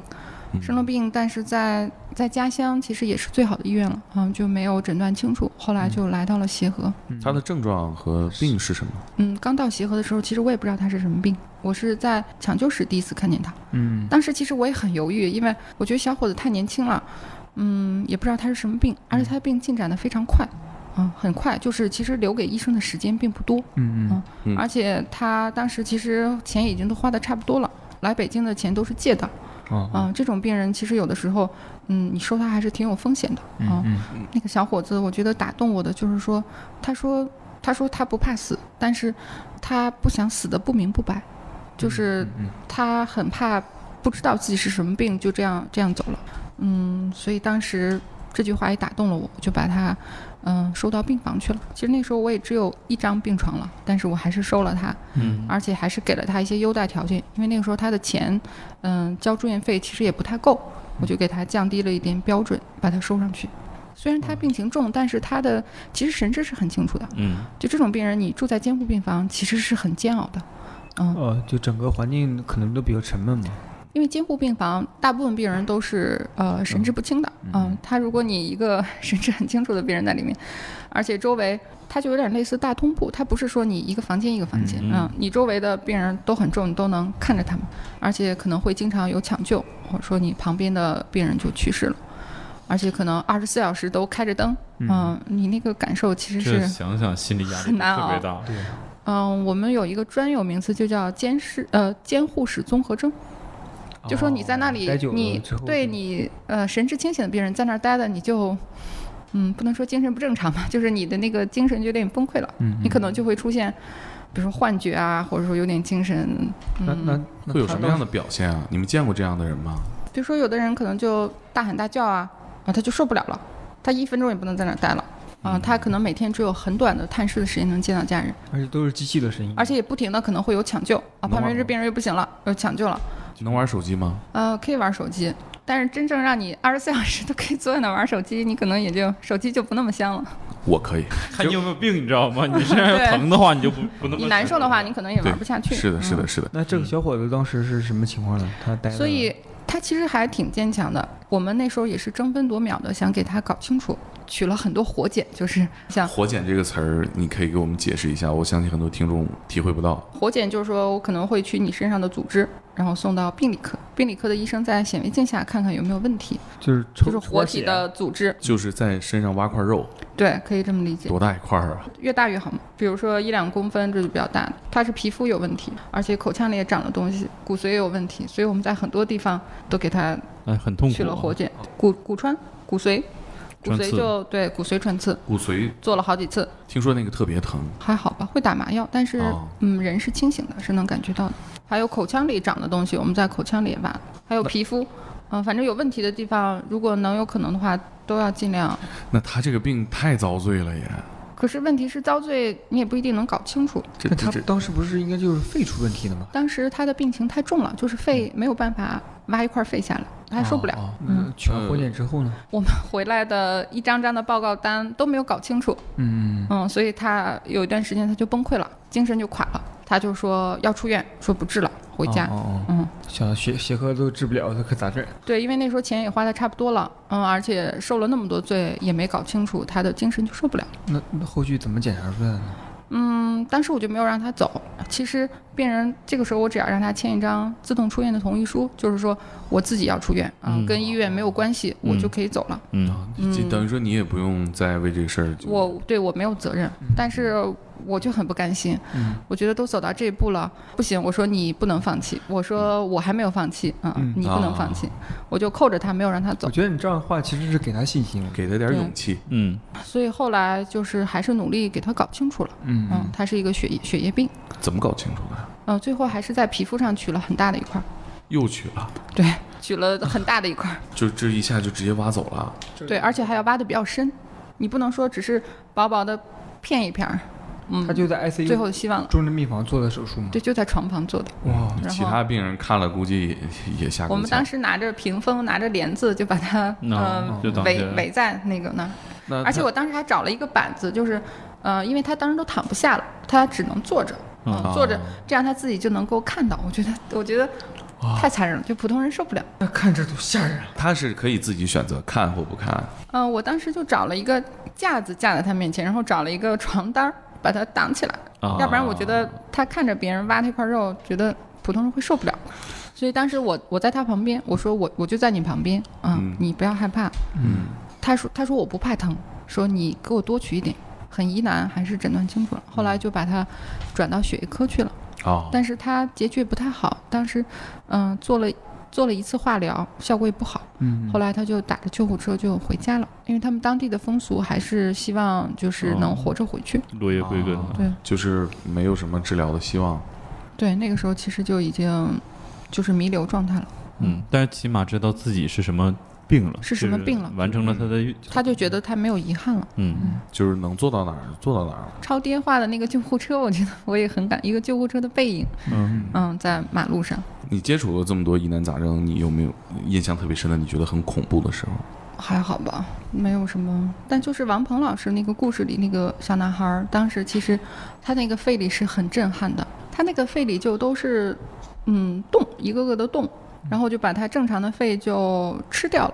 A: 嗯
B: 生了病，但是在在家乡其实也是最好的医院了，嗯，就没有诊断清楚，后来就来到了协和。
A: 他的症状和病是什么？
B: 嗯，刚到协和的时候，其实我也不知道他是什么病，我是在抢救室第一次看见他。
D: 嗯
B: 当时其实我也很犹豫，因为我觉得小伙子太年轻了，嗯，也不知道他是什么病，而且他的病进展的非常快，嗯，很快，就是其实留给医生的时间并不多，
D: 嗯嗯
A: 嗯
B: 而且他当时其实钱已经都花的差不多了，来北京的钱都是借的，
D: 哦
B: 嗯，这种病人其实有的时候，嗯，你收他还是挺有风险的，
D: 嗯嗯
B: 那个小伙子，我觉得打动我的就是说，他说他说他不怕死，但是他不想死的不明不白，就是
D: 嗯
B: 他很怕不知道自己是什么病，就这样这样走了。嗯，所以当时这句话也打动了我，我就把他嗯收到病房去了。其实那时候我也只有一张病床了，但是我还是收了他，
C: 嗯，
B: 而且还是给了他一些优待条件，因为那个时候他的钱嗯交住院费其实也不太够，我就给他降低了一点标准，把他收上去。虽然他病情重，但是他的其实神志是很清楚的。
C: 嗯，
B: 就这种病人，你住在监护病房其实是很煎熬的。嗯，
D: 呃，就整个环境可能都比较沉闷嘛。
B: 因为监护病房大部分病人都是呃神志不清的，嗯、他如果你一个 *laughs* 神志很清楚的病人在里面，而且周围他就有点类似大通铺，他不是说你一个房间一个房间，
C: 嗯嗯
B: 你周围的病人都很重，你都能看着他们，而且可能会经常有抢救，或者说你旁边的病人就去世了，而且可能二十四小时都开着灯，嗯、你那个感受其实
C: 这
B: 是
C: 想想心理压力
B: 很难
C: 特别
B: 熬
C: 大。
D: 对，
B: 嗯，我们有一个专有名词，就叫监视呃监护室综合征，就说你在那里，
D: 哦待久了
B: 你
D: 之后
B: 对
D: 就
B: 你呃神志清醒的病人在那儿待的，你就嗯不能说精神不正常吧， *laughs* 就是你的那个精神就有点崩溃了，
D: 嗯，
B: 你可
D: 能
B: 能就会出现，比如说幻觉啊，或者说有点精神，
D: 那
B: 嗯，
D: 那那
A: 会有
D: 他
A: 什么
D: 当
A: 样
D: 时
A: 的表现啊？你们见过这样的人吗？
B: 比如说有的人可能就大喊大叫啊，啊他就受不了了，他一分钟也不能在那儿待了。啊，他
D: 嗯
B: 可能每天只有很短的探视的时间能见到家人，
D: 而且都是机器的声音，
B: 而且也不停的可能会有抢救啊，
A: 能
B: 旁边
A: 玩
B: 这
A: 吗
B: 病人又不行了，有抢救了，
A: 能玩手机吗？
B: 呃，可以玩手机，但是真正让你二十四小时都可以坐在那玩手机，你可能也就手机就不那么香了。
A: 我可
B: *laughs*
A: 以。
C: 看你有没有病，你知道吗？你身上要疼的话，你就不不那么
B: 你难受的话，你可能也
A: 对
B: 玩不下去。
A: 是的，是的，
B: 嗯
A: 是的。
D: 那这个小伙子当时是什么情况呢？他待了
B: 所以他其实还挺坚强的。我们那时候也是争分夺秒的想给他搞清楚，取了很多活检，就是像
A: 活检这个词儿，你可以给我们解释一下，我相信很多听众体会不到。
B: 活检，就是说我可能会取你身上的组织，然后送到病理科，病理科的医生在显微镜下看看有没有问题，
D: 就是抽
B: 就是活体，的组织。
A: 就是在身上挖块肉，
B: 对，可以这么理解。
A: 多大一块儿啊？
B: 越大越好嘛。比如说一两公分，这就比较大的。它是皮肤有问题，而且口腔里也长了东西，骨髓也有问题，所以我们在很多地方都给它
C: 哎，很痛苦啊。
B: 取了活检，骨骨穿、骨髓，骨
C: 穿
B: 髓
C: 刺
B: 就对骨髓穿刺，
A: 骨髓
B: 做了好几次，
A: 听说那个特别疼，
B: 还好吧，会打麻药，但是、
A: 哦
B: 嗯，人是清醒的，是能感觉到的。还有口腔里长的东西，我们在口腔里也挖了，还有皮肤，嗯、反正有问题的地方，如果能有可能的话，都要尽量
A: 那他这个病太遭罪了也。
B: 可是问题是遭罪，你也不一定能搞清楚。
A: 这
D: 那他
A: 这这
D: 当时不是应该就是肺出问题了吗？
B: 当时他的病情太重了，就是肺没有办法挖一块肺下来，他还受不了。
D: 嗯
A: 啊
D: 哦。哦那取完活检之后呢？
B: 我们 *laughs* 回来的一张张的报告单都没有搞清楚，
D: 嗯，
B: 嗯，所以他有一段时间他就崩溃了，精神就垮了。他就说要出院，说不治了，回家。
D: 哦哦哦，
B: 嗯，
D: 想学协和都治不了，他可咋整？
B: 对，因为那时候钱也花的差不多了，嗯，而且受了那么多罪，也没搞清楚，他的精神就受不了。
D: 那那后续怎么检查出来的呢？
B: 嗯，当时我就没有让他走。其实病人这个时候，我只要让他签一张自动出院的同意书，就是说我自己要出院，啊
C: 嗯
B: 跟医院没有关系，我就可以走了。
C: 嗯，
A: 这等于说你也不用再为这个事儿就。
B: 我对我没有责任，但是我就很不甘心。
D: 嗯
B: 我觉得都走到这一步了，不行，我说你不能放弃，我说我还没有放弃，啊、
D: 嗯
B: 你不能放弃，我就扣着他，没有让他走
D: 我。觉得你这样的话其实是给他信心了。
A: 给他点
B: 对
A: 勇气，
C: 嗯，
B: 所以后来就是还是努力给他搞清楚了，
D: 嗯
B: 嗯，他是一个血液血液病，
A: 怎么搞清楚的？
B: 嗯、最后还是在皮肤上取了很大的一块儿，
A: 又取了，
B: 对，取了很大的一块儿。
A: 就这一下就直接挖走了。
B: 对，而且还要挖的比较深，你不能说只是薄薄的片一片儿，嗯，
D: 他就在
B: 最
D: ICU
B: 后希望了。
D: 重症病房做的手术嘛。
B: 对，就在床旁做的。
D: 哇，
B: 然
A: 其
B: 后
A: 他病人看了估计也也吓够
B: 我
A: 呛。
B: 们当时拿着屏风，拿着帘子，就把它
C: 那哦
B: 嗯
C: 就当
B: 围
C: 是
B: 围在那个那儿。
A: 那
B: 而且
A: 他
B: 我当时还找了一个板子，就是呃，因为他当时都躺不下了，他只能坐着，嗯
A: 啊，
B: 坐着，这样他自己就能够看到。我觉得，我觉得太残忍了，就普通人受不了。
D: 那看着都吓人啊。
A: 他是可以自己选择看或不看。
B: 嗯，我当时就找了一个架子架在他面前，然后找了一个床单儿把它挡起来。
C: 啊
B: 要不然我觉得他看着别人挖那块肉，觉得普通人会受不了。所以当时我我在他旁边，我说我我就在你旁边啊、
A: 嗯
B: 你不要害怕。
A: 嗯，
B: 他说他说我不怕疼，说你给我多取一点。很疑难，还是诊断清楚了。后来就把他转到血液科去了，
A: 嗯哦，
B: 但是他结局也不太好。当时，嗯、做了做了一次化疗，效果也不好。
D: 嗯
B: 后来他就打着救护车就回家了，因为他们当地的风俗还是希望就是
A: 哦
B: 能活着回去。
C: 落叶归根啊，
B: 对
A: 就是没有什么治疗的希望。
B: 对，那个时候其实就已经就是弥留状态了，
C: 嗯，但是起码知道自己是什么病了，
B: 是什么
C: 就
B: 病了嗯
C: 完成了他的，
B: 他就觉得他没有遗憾了。
C: 嗯，
A: 就是能做到哪儿做到哪儿。
B: 超爹画的那个救护车，我觉得我也很感，一个救护车的背影，
C: 嗯，
B: 嗯，在马路上。
A: 你接触了这么多疑难杂症，你有没有印象特别深的？你觉得很恐怖的时候？
B: 还好吧，没有什么。但就是王鹏老师那个故事里那个小男孩儿，当时其实他那个肺里是很震撼的，他那个肺里就都是嗯洞，一个个的洞，然后就把他正常的肺就吃掉了，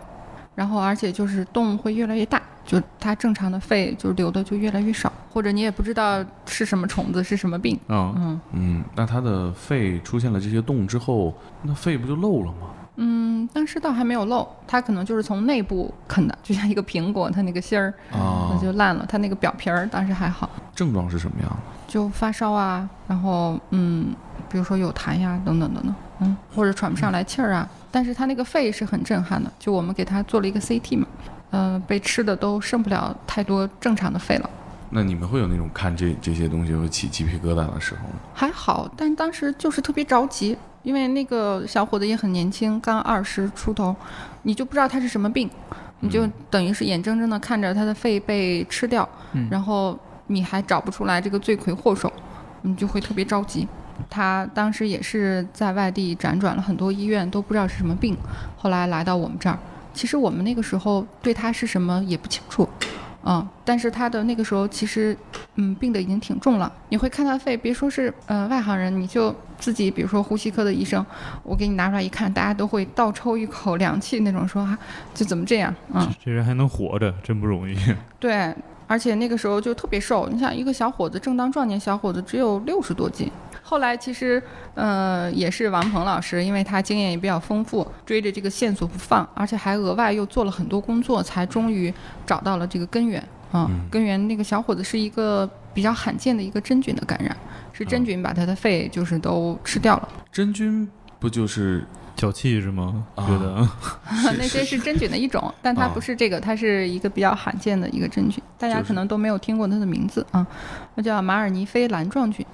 B: 然后而且就是洞会越来越大，就他正常的肺就流的就越来越少，或者你也不知道是什么虫子是什么病，
A: 啊、
B: 嗯。
A: 嗯，那他的肺出现了这些洞之后，那肺不就漏了吗？
B: 嗯，但是倒还没有漏，它可能就是从内部啃的，就像一个苹果，它那个芯儿
A: 啊
B: 嗯那，就烂了，它那个表皮儿当时还好，
A: 症状是什么样的？
B: 就发烧啊，然后嗯，比如说有痰呀、等等等等，嗯，或者喘不上来气儿啊。但是它那个肺是很震撼的，就我们给它做了一个 CT 嘛，嗯、被吃的都剩不了太多正常的肺了。
A: 那你们会有那种看这这些东西会起鸡皮疙瘩的时候吗？
B: 还好，但当时就是特别着急，因为那个小伙子也很年轻，刚二十出头，你就不知道他是什么病，你就等于是眼睁睁的看着他的肺被吃掉，
D: 嗯
B: 然后你还找不出来这个罪魁祸首，你就会特别着急。他当时也是在外地辗转了很多医院，都不知道是什么病，后来来到我们这儿。其实我们那个时候对他是什么也不清楚，嗯，但是他的那个时候其实嗯，病的已经挺重了。你会看他肺，别说是呃外行人，你就自己，比如说呼吸科的医生，我给你拿出来一看，大家都会倒抽一口凉气那种说，啊，就怎么这样？嗯，
C: 这人还能活着，真不容易。 *laughs*
B: 对。而且那个时候就特别瘦，你想一个小伙子，正当壮年小伙子只有六十多斤。后来其实，呃，也是王鹏老师，因为他经验也比较丰富，追着这个线索不放，而且还额外又做了很多工作，才终于找到了这个根源。啊、
A: 嗯
B: 根源那个小伙子是一个比较罕见的一个真菌的感染，是真菌把他的肺就是都吃掉了。
A: 真菌不就是
C: 脚气是吗？
A: 啊
C: 觉得 *laughs*
B: *laughs* 那些是真菌的一种，但它
A: 啊
B: 不是这个，它是一个比较罕见的一个真菌，大家
A: 就是
B: 可能都没有听过它的名字啊，它叫马尔尼非蓝状菌，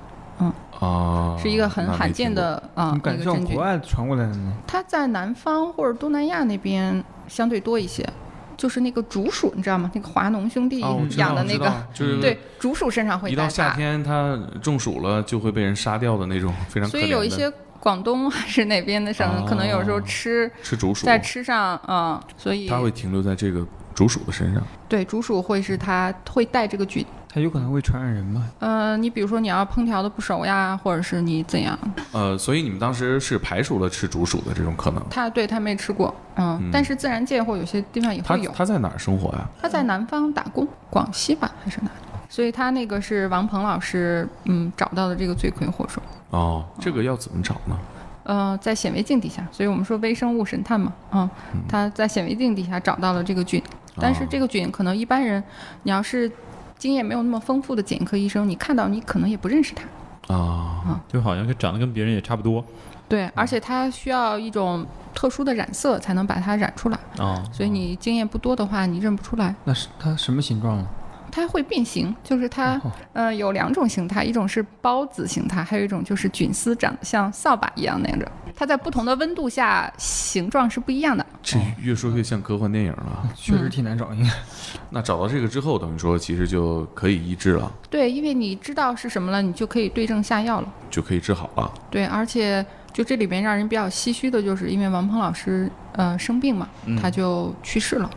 A: 啊？
B: 是一个很
A: 那没
B: 罕见
A: 听过
B: 的啊
D: 你
B: 一
D: 感
B: 个
D: 觉像
B: 真菌
D: 国。外传过来的呢？
B: 它在南方或者东南亚那边相对多一些，就是那个竹鼠，你知道吗？那个华农兄弟
A: 哦我知道
B: 嗯养的那
A: 我知
B: 个，
A: 道就是
B: 对，竹鼠身上会
A: 一到
B: 带
A: 夏
B: 它
A: 天，它中暑了就会被人杀掉的那种，非常可
B: 所
A: 怜的。
B: 以有一些广东还是哪边的省，可能有时候
A: 哦
B: 吃
A: 吃竹鼠，
B: 在吃上，嗯，所以
A: 它会停留在这个竹鼠的身上。
B: 对竹鼠会是它会带这个菌。
D: 它有可能会传染人吗？
B: 呃，你比如说你要烹调的不熟呀，或者是你怎样，
A: 呃，所以你们当时是排除了吃竹鼠的这种可能。
B: 他对他没吃过，嗯，
A: 嗯
B: 但是自然界或有些地方也
A: 它
B: 会有。
A: 它在哪儿生活呀、
B: 他在南方打工，广西吧还是哪里？所以他那个是王鹏老师，嗯，找到的这个罪魁祸首，
A: 哦，
B: 嗯
A: 这个要怎么找呢？
B: 呃，在显微镜底下，所以我们说微生物神探嘛，嗯，哦他在显微镜底下找到了这个菌，但是这个菌可能一般人，你要是经验没有那么丰富的检疫科医生，你看到你可能也不认识他，
A: 啊、
B: 嗯
C: 就好像跟长得跟别人也差不多
B: 对，而且它需要一种特殊的染色才能把它染出来。
C: 啊。
B: 所以你经验不多的话，你认不出来。
D: 那是它什么形状了？
B: 它会变形，就是它
D: 哦
B: 呃有两种形态，一种是孢子形态，还有一种就是菌丝长得像扫把一样那样的。它在不同的温度下形状是不一样的。
A: 这越说越像科幻电影了。
D: 确实挺难找，应该。
A: 那找到这个之后，等于说其实就可以医治了，
B: 对，因为你知道是什么了，你就可以对症下药了。
A: 就可以治好了。
B: 对，而且就这里边让人比较唏嘘的就是，因为王鹏老师呃生病嘛，他就去世了。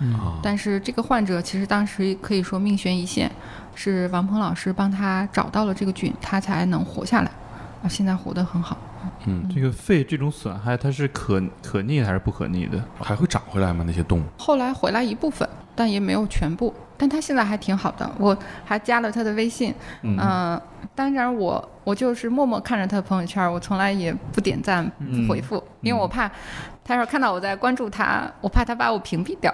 B: 嗯，
A: 啊、
B: 但是这个患者其实当时可以说命悬一线，是王鹏老师帮他找到了这个菌，他才能活下来，啊，现在活得很好。
C: 这个肺这种损害，它是可可逆的还是不可逆的？
A: 还会长回来吗？那些洞？
B: 后来回来一部分，但也没有全部，但他现在还挺好的，我还加了他的微信，嗯、当然我我就是默默看着他的朋友圈，我从来也不点赞
C: 嗯
B: 不回复，因为我怕他要是看到我在关注他，我怕他把我屏蔽掉。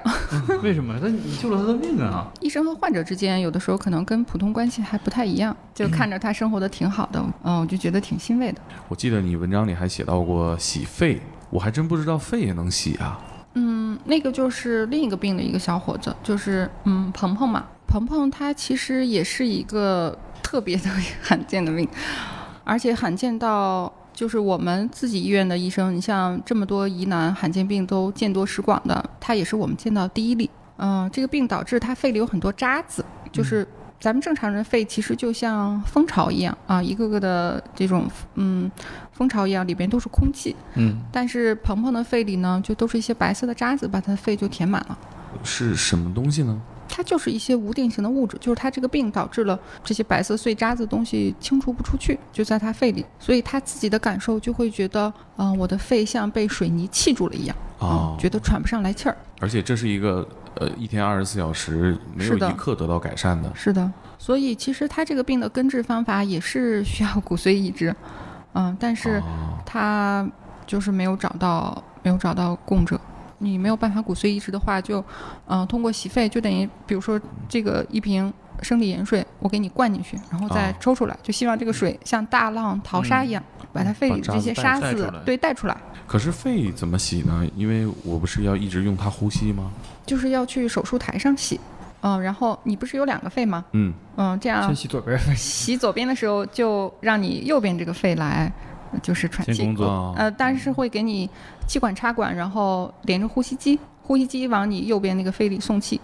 C: 为什么？那你救了他的命啊！
B: 医生和患者之间有的时候可能跟普通关系还不太一样，就看着他生活的挺好的，嗯，我就觉得挺欣慰的。
A: 我记得你文章里还写到过洗肺，我还真不知道肺也能洗啊。
B: 嗯，那个就是另一个病的一个小伙子，就是嗯，鹏鹏嘛，鹏鹏他其实也是一个特别特别罕见的病， *laughs* 而且罕见到就是我们自己医院的医生，你像这么多疑难罕见病都见多识广的，他也是我们见到第一例。嗯、这个病导致他肺里有很多渣子，就是咱们正常人肺其实就像蜂巢一样啊，一个个的这种嗯蜂巢一样，里边都是空气。
C: 嗯，
B: 但是鹏鹏的肺里呢，就都是一些白色的渣子，把他的肺就填满了。
A: 是什么东西呢？
B: 它就是一些无定型的物质，就是它这个病导致了这些白色碎渣子的东西清除不出去，就在他肺里，所以他自己的感受就会觉得，嗯、我的肺像被水泥砌住了一样，
A: 啊、
B: 嗯觉得喘不上来气儿。
A: 而且这是一个呃一天二十四小时没有
B: 是的
A: 一刻得到改善的，
B: 是的，所以其实他这个病的根治方法也是需要骨髓移植，嗯，但是
A: 啊
B: 他就是没有找到，没有找到供者。你没有办法骨髓移植的话，就，嗯、通过洗肺，就等于比如说这个一瓶生理盐水，我给你灌进去，然后再
A: 哦
B: 抽出来，就希望这个水像大浪淘沙一样，
C: 嗯
B: 把它肺里
A: 把渣
B: 这些
A: 子带
B: 沙
C: 带出
B: 子
C: 来
B: 对带出来，
A: 可是肺怎么洗呢？因为我不是要一直用它呼吸吗？
B: 就是要去手术台上洗。嗯，然后你不是有两个肺吗？
A: 嗯，
B: 嗯，这样
D: 先洗左边儿呗。
B: 洗左边的时候，就让你右边这个肺来，就是喘
C: 先
B: 气。
C: 工作，
A: 啊
B: 呃，但是会给你气管插管，然后连着呼吸机，呼吸机往你右边那个肺里送气，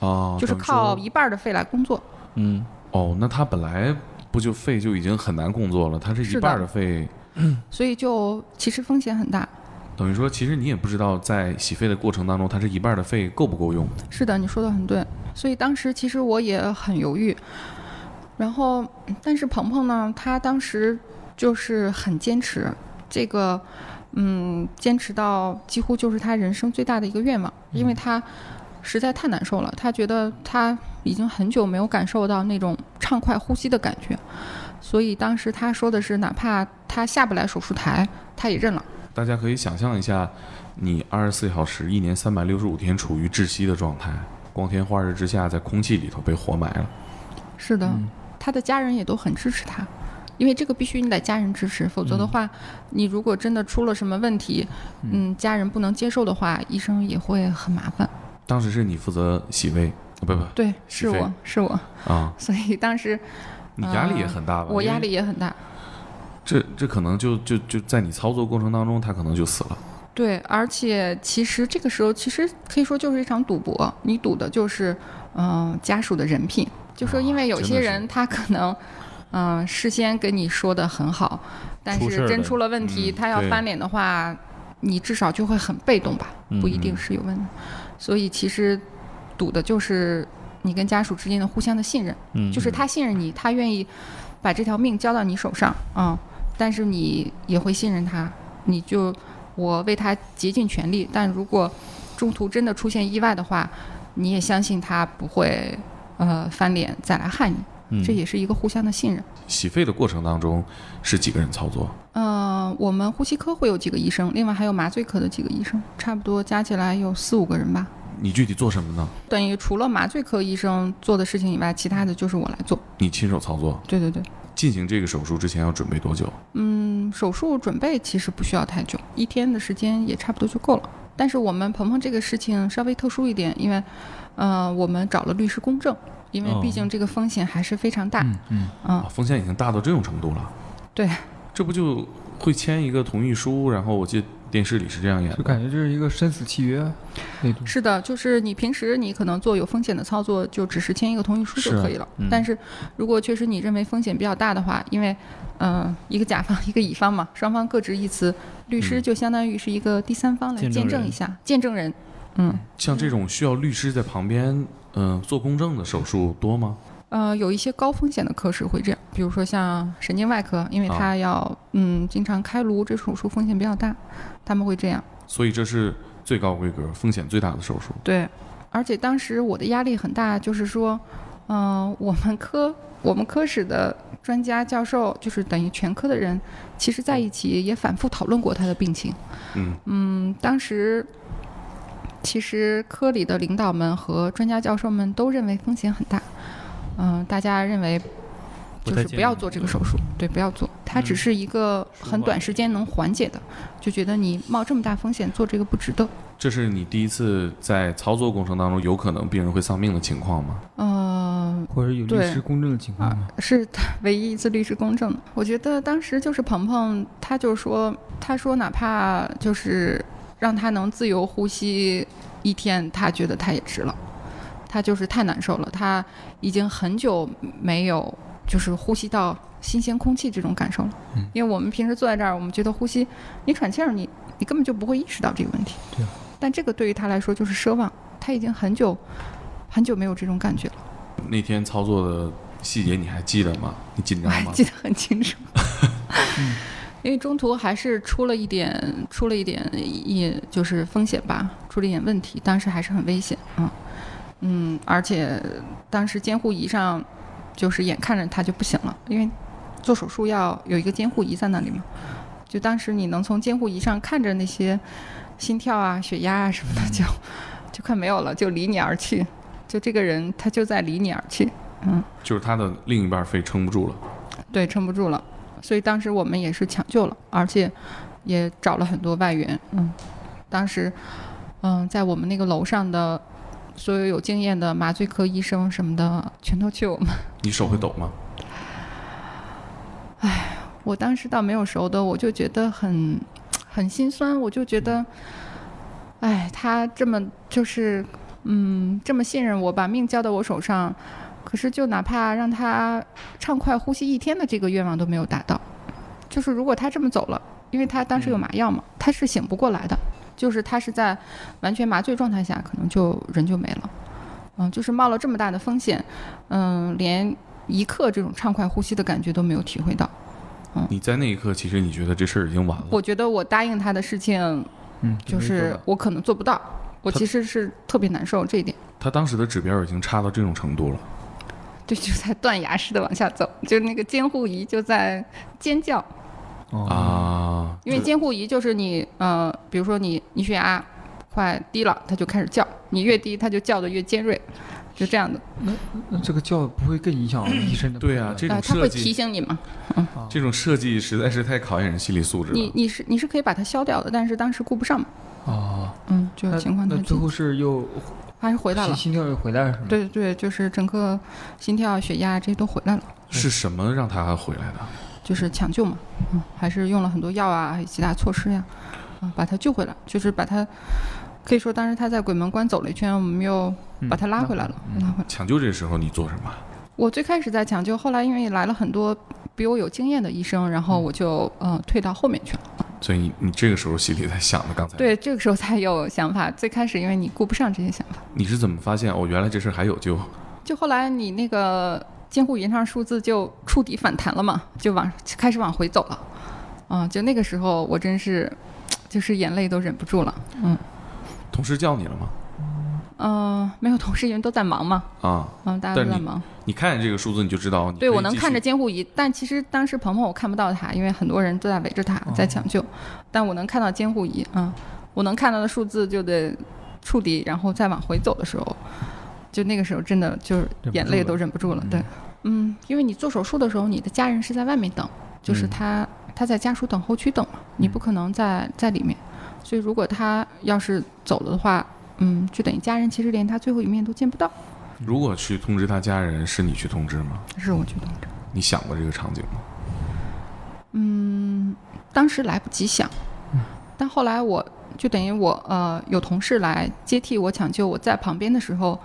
A: 哦，
B: 就是
A: 等于
B: 靠
A: 说
B: 一半儿的肺来工作。
C: 嗯，
A: 哦，那它本来不就肺就已经很难工作了，它是
B: 是
A: 一
B: 的
A: 半儿的肺。
B: 所以就其实风险很大。
A: 等于说，其实你也不知道在洗肺的过程当中，它这一半儿的肺够不够用。
B: 是的，你说的很对。所以当时其实我也很犹豫，然后但是鹏鹏呢，他当时就是很坚持这个，嗯，坚持到几乎就是他人生最大的一个愿望，因为他实在太难受了，他觉得他已经很久没有感受到那种畅快呼吸的感觉，所以当时他说的是，哪怕他下不来手术台，他也认了。
A: 大家可以想象一下，你二十四小时、一年三百六十五天处于窒息的状态，光天化日之下，在空气里头被活埋了。
B: 是的，他的家人也都很支持他，因为这个必须你得家人支持，否则的话，你如果真的出了什么问题，嗯，家人不能接受的话，医生也会很麻烦。
A: 当时是你负责洗胃，啊不不
B: 对，
A: 是
B: 是
A: 非
B: 我是我，
A: 啊，
B: 所以当时
A: 你压力也很大吧？
B: 嗯我
A: 因为
B: 压力也很大。
A: 这这可能就就就在你操作过程当中，他可能就死了。
B: 对，而且其实这个时候，其实可以说就是一场赌博，你赌的就是，嗯、家属的人品。就说因为有
A: 啊真
B: 些
A: 的是
B: 人他可能，嗯、事先跟你说的很好，但
C: 出事
B: 是
C: 儿
B: 真
C: 了
B: 出了问题，
A: 嗯
B: 他要
A: 对
B: 翻脸的话，你至少就会很被动吧，
C: 嗯
B: 不一
A: 嗯
B: 定是有问题。所以其实赌的就是你跟家属之间的互相的信任，
C: 嗯
B: 就是他信任你，他愿意把这条命交到你手上啊、但是你也会信任他，你就我为他竭尽全力，但如果中途真的出现意外的话，你也相信他不会呃翻脸再来害你，
C: 嗯
B: 这也是一个互相的信任。
A: 洗肺的过程当中是几个人操作？
B: 呃，我们呼吸科会有几个医生，另外还有麻醉科的几个医生，差不多加起来有四五个人吧。
A: 你具体做什么呢？
B: 等于除了麻醉科医生做的事情以外，其他的就是我来做。
A: 你亲手操作？
B: 对对对，
A: 进行这个手术之前要准备多久？
B: 嗯，手术准备其实不需要太久，一天的时间也差不多就够了。但是我们鹏鹏这个事情稍微特殊一点，因为，呃，我们找了律师公证，因为
C: 哦
B: 毕竟这个风险还是非常大。
D: 嗯嗯，
B: 嗯
A: 啊，风险已经大到这种程度了。
B: 对，
A: 这不就会签一个同意书？然后我记得电视里是这样演
D: 就
A: 的。
D: 感觉这是一个生死契约那种。
B: 是的，就是你平时你可能做有风险的操作，就只是签一个同意书就是可以了。
C: 嗯
B: 但是如果确实你认为风险比较大的话，因为，呃，一个甲方一个乙方嘛，双方各执一词，律师就相当于是一个第三方来
C: 嗯见
B: 见
C: 证
B: 证
C: 人
B: 一下，见证人。嗯，
A: 像这种需要律师在旁边，嗯、做公证的手术多吗？
B: 呃，有一些高风险的科室会这样，比如说像神经外科，因为
A: 啊
B: 它要、嗯经常开颅，这手术风险比较大，他们会这样。
A: 所以这是最高规格、风险最大的手术。
B: 对，而且当时我的压力很大，就是说，嗯、我们科 *laughs* 我们科室的专家教授，就是等于全科的人，其实在一起也反复讨论过他的病情。
A: 嗯
B: 嗯，当时其实科里的领导们和专家教授们都认为风险很大，嗯、大家认为
C: 不
B: 就
C: 太
B: 是
C: 建
B: 不要
C: 议
B: 做这个手术，对，不要做，它只
C: 嗯
B: 是一个很短时间能缓解的，就觉得你冒这么大风险做这个不值得。
A: 这是你第一次在操作过程当中有可能病人会丧命的情况吗？
B: 嗯，
D: 或者有律
B: 对
D: 师公证的情况吗？
B: 是他 *laughs* 唯一一次律师公证的。我觉得当时就是鹏鹏，他就说，他说哪怕就是让他能自由呼吸一天，他觉得他也值了。他就是太难受了，他已经很久没有就是呼吸到新鲜空气这种感受了。
D: 嗯
B: 因为我们平时坐在这儿，我们觉得呼吸，你喘气儿，你你根本就不会意识到这个问题。
D: 对啊
B: 但这个对于他来说就是奢望，他已经很久很久没有这种感觉了，
A: 那天操作的细节你还记得吗？你紧
B: 我
A: 张
B: 还
A: 吗？
B: 记得很
A: *laughs*
B: 清楚。因为中途还是出了一点，出了一点，也就是风险吧，出了一点问题，当时还是很危险啊，嗯，而且当时监护仪上就是眼看着他就不行了，因为做手术要有一个监护仪在那里嘛，就当时你能从监护仪上看着那些心跳啊、血压啊什么的就就快没有了，就离你而去，就这个人他就在离你而去，
A: 就是他的另一半肺撑不住了，
B: 对，撑不住了，所以当时我们也是抢救了，而且也找了很多外援。嗯，当时，嗯，在我们那个楼上的所有有经验的麻醉科医生什么的，全都去我们。
A: 你手会抖吗？
B: 我当时倒没有熟的，我就觉得很很心酸，我就觉得，哎，他这么就是，嗯，这么信任我，把命交到我手上，可是就哪怕让他畅快呼吸一天的这个愿望都没有达到。就是如果他这么走了，因为他当时有麻药嘛，他是醒不过来的，就是他是在完全麻醉状态下，可能就人就没了。嗯，就是冒了这么大的风险，嗯，连一刻这种畅快呼吸的感觉都没有体会到。嗯
A: 你在那一刻，其实你觉得这事儿已经完了，
B: 我觉得我答应他的事情，
D: 嗯，
B: 就
D: 没
B: 是
D: 错
B: 我可能做不到，我
A: 他
B: 其实是特别难受这一点。
A: 他当时的指标已经差到这种程度了。
B: 对，就在断崖式的往下走，就那个监护仪就在尖叫，
D: 哦
A: 啊，
B: 因为监护仪就是你呃，比如说你你血压快低了，它就开始叫，你越低它就叫的越尖锐，就这样的。
D: 那这个觉不会更影响医生的判断？
A: 对啊，这种
B: 啊，它会
A: 设
B: 提
A: 计，
B: 醒你嘛？
A: 这种设计实在是太考验人心理素质
B: 你
A: 了。
B: 你是你是可以把它消掉的，但是当时顾不上嘛。
D: 哦，
B: 嗯，这
D: 那
B: 种情况它
D: 那
B: 就
D: 最后是又
B: 还是回来
D: 心
B: 了。
D: 心跳又回来了是吗？
B: 对对，就是整个心跳、血压这些都回来了。
A: 是什么让他回来的？
B: 就是抢救嘛，嗯，还是用了很多药啊，还有其他措施呀、啊，把他救回来，就是把他，可以说当时他在鬼门关走了一圈，我们又
D: 嗯，
B: 把他拉回来了，嗯拉回来。
A: 抢救这时候你做什么？
B: 我最开始在抢救，后来因为来了很多比我有经验的医生，然后我就呃退到后面去了。
A: 所以你你这个时候心里在想的，刚才
B: 对，这个时候才有想法。最开始因为你顾不上这些想法，
A: 你是怎么发现哦？原来这事儿还有救
B: 就后来你那个监护仪上数字就触底反弹了嘛，就往开始往回走了。啊、就那个时候我真是，就是眼泪都忍不住了。
A: 同事叫你了吗？
B: 嗯，没有同事，因为都在忙嘛， *laughs*
A: 啊，
B: 嗯，大家都
A: 但
B: 在
A: 你
B: 忙。
A: 你看见这个数字你就知道，你
B: 对
A: 可以
B: 我能
A: 继续
B: 看着监护仪，但其实当时鹏鹏我看不到他，因为很多人都在围着他在抢救，但我能看到监护仪啊、嗯我能看到的数字就得触底，然后再往回走的时候，就那个时候真的就是
D: 忍不
B: 眼
D: 住
B: 泪
D: 了
B: 都忍不住了。
D: 嗯
B: 对，嗯，因为你做手术的时候，你的家人是在外面等，就是
D: 嗯
B: 他、他在家属等候区等嘛，你不可能在在里面，所以如果他要是走了的话，嗯，就等于家人其实连他最后一面都见不到。
A: 如果去通知他家人，是你去通知吗？
B: 是我去通知。
A: 你想过这个场景吗？
B: 嗯，当时来不及想，
A: 嗯
B: 但后来我就等于我呃有同事来接替我抢救，我在旁边的时候，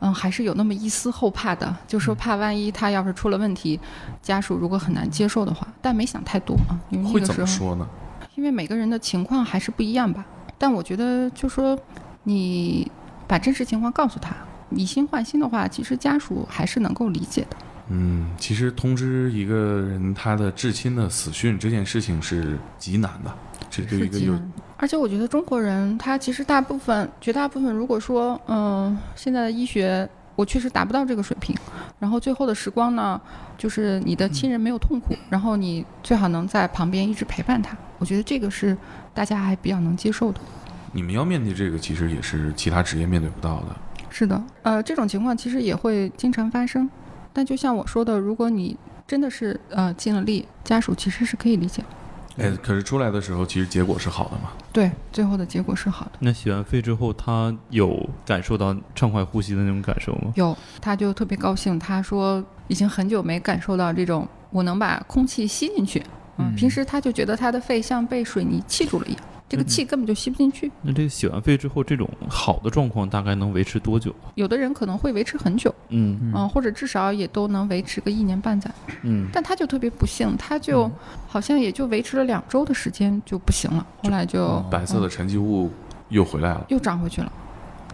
B: 嗯，还是有那么一丝后怕的，就
A: 嗯
B: 说怕万一他要是出了问题，家属如果很难接受的话，但没想太多啊，因为
A: 会
B: 那个
A: 怎
B: 时
A: 么
B: 候
A: 说呢？
B: 因为每个人的情况还是不一样吧。但我觉得，就说你把真实情况告诉他，以心换心的话，其实家属还是能够理解的。
A: 嗯，其实通知一个人他的至亲的死讯这件事情是极难的，这对一个
B: 是
A: 有
B: 这样而且我觉得中国人他其实大部分、绝大部分，如果说，嗯、现在的医学我确实达不到这个水平。然后最后的时光呢，就是你的亲人没有痛苦，然后你最好能在旁边一直陪伴他。我觉得这个是大家还比较能接受的。
A: 你们要面对这个，其实也是其他职业面对不到的。
B: 是的，呃，这种情况其实也会经常发生。但就像我说的，如果你真的是呃尽了力，家属其实是可以理解的。
A: 哎，可是出来的时候，其实结果是好的嘛？
B: 对，最后的结果是好的。
C: 那洗完肺之后，他有感受到畅快呼吸的那种感受吗？
B: 有，他就特别高兴，他说已经很久没感受到这种我能把空气吸进去。嗯，
D: 嗯
B: 平时他就觉得他的肺像被水泥砌住了一样，这
D: 嗯
B: 个气根本就吸不进去。
C: 那这个洗完肺之后，这种好的状况大概能维持多久？
B: 有的人可能会维持很久，
C: 嗯
B: 嗯、
D: 嗯
B: 或者至少也都能维持个一年半载。
C: 嗯，
B: 但他就特别不幸，他
D: 嗯
B: 就好像也就维持了两周的时间就不行了，后来就
D: 哦
A: 白色的沉积物又回来了。
B: 又长回去了。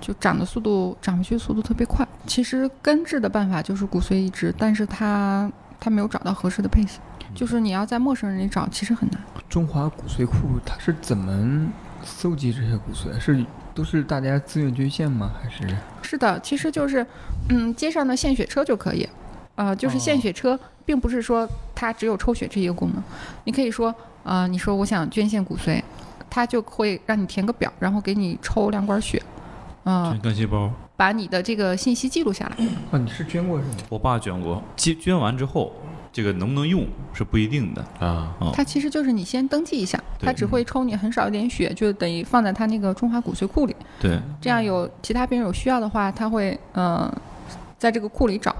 B: 就长的速度长回去速度特别快。其实根治的办法就是骨髓移植，但是它它没有找到合适的配型，就是你要在陌生人里找，其实很难。
D: 中华骨髓库它是怎么搜集这些骨髓？是都是大家自愿捐献吗？还是
B: 是的，其实就是，嗯，街上的献血车就可以，啊、就是献
D: 哦
B: 血车，并不是说它只有抽血这一个功能，你可以说，啊、你说我想捐献骨髓，它就会让你填个表，然后给你抽两管血，啊、
C: 捐干细胞，
B: 把你的这个信息记录下来。
D: 哦，你是捐过是 *laughs* 吗？
C: 我爸捐过，捐捐完之后，这个能不能用是不一定的。
A: 啊，
B: 它其实就是你先登记一下，它
C: 对
B: 只会抽你很少一点血，就等于放在它那个中华骨髓库里，
C: 对，
B: 这样有其他病人有需要的话，他会呃在这个库里找。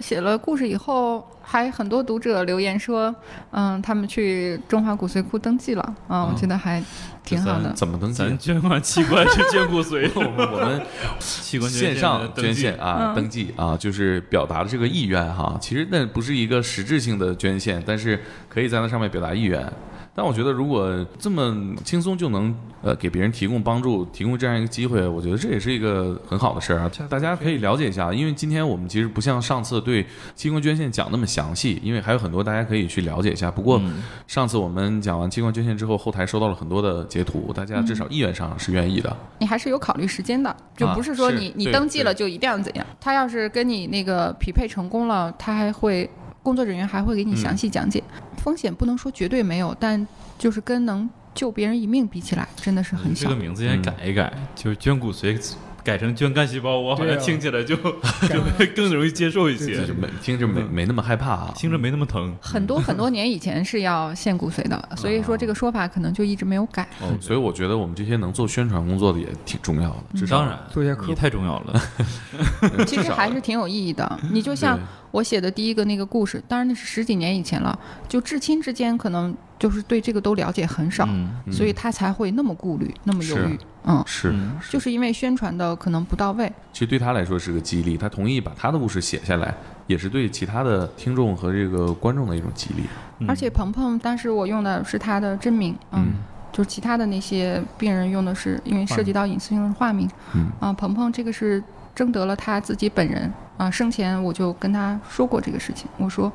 B: 写了故事以后，还很多读者留言说，嗯，他们去中华骨髓库登记了，嗯，我觉得还挺好的。
A: 怎么能
C: 咱
A: 咱
C: 捐完器官是捐
A: *laughs*，
C: 骨髓
A: 我们我们
C: 器官捐
A: 线
C: 献
A: 上
C: 登
A: 捐
C: 记
A: 献啊，
B: 嗯
A: 登记啊，就是表达的这个意愿哈。其实那不是一个实质性的捐献，但是可以在那上面表达意愿。但我觉得，如果这么轻松就能呃给别人提供帮助，提供这样一个机会，我觉得这也是一个很好的事儿啊。大家可以了解一下，因为今天我们其实不像上次对器官捐献讲那么详细，因为还有很多大家可以去了解一下。不过
C: 嗯
A: 上次我们讲完器官捐献之后，后台收到了很多的截图，大家至少意愿上是愿意的。
B: 你还是有考虑时间的，就不是说
A: 啊是
B: 你、你
A: 对
B: 登记了就一定要怎样。他要是跟你那个匹配成功了，他还会工作人员还会给你
A: 嗯
B: 详细讲解。风险不能说绝对没有，但就是跟能救别人一命比起来，真的是
A: 嗯
B: 很
C: 这
B: 小
C: 个。名字先改一改，就是捐骨髓改成捐干细胞，我好
D: 对
C: 像
D: 啊
C: 听起来就 *laughs* 就会更容易接受一
A: 就是
C: 些，
A: 没听着没
C: 嗯
A: 没那么害怕啊。
C: 听着没那么
B: *laughs*
C: 疼。
B: 很多很多年以前是要献骨髓
A: 嗯
B: 的，所以说这个说法可能就一直没有
A: *laughs*
B: 改。
C: 嗯
A: 哦，所以我觉得我们这些能做宣传工作的也挺重要的，至少
C: 当然，
D: 做一下科普
C: 你太重要了。
B: 其实还是挺有意义的。你就像我写的第一个那个故事，当然那是十几年以前了，就至亲之间可能就是对这个都了解很少，
C: 嗯，
A: 对
B: 所以他才会那么顾虑，那么犹
A: 是
B: 豫。嗯，
A: 是
C: 嗯
A: 是
B: 就是因为宣传的可能不到位。
A: 其实对他来说是个激励，他同意把他的故事写下来，也是对其他的听众和这个观众的一种激励。
C: 嗯
B: 而且鹏鹏当时我用的是他的真名，嗯，就是其他的那些病人用的是因为涉及到隐私性的化名，
A: 嗯
B: 啊，鹏鹏这个是征得了他自己本人啊，生前我就跟他说过这个事情，我说。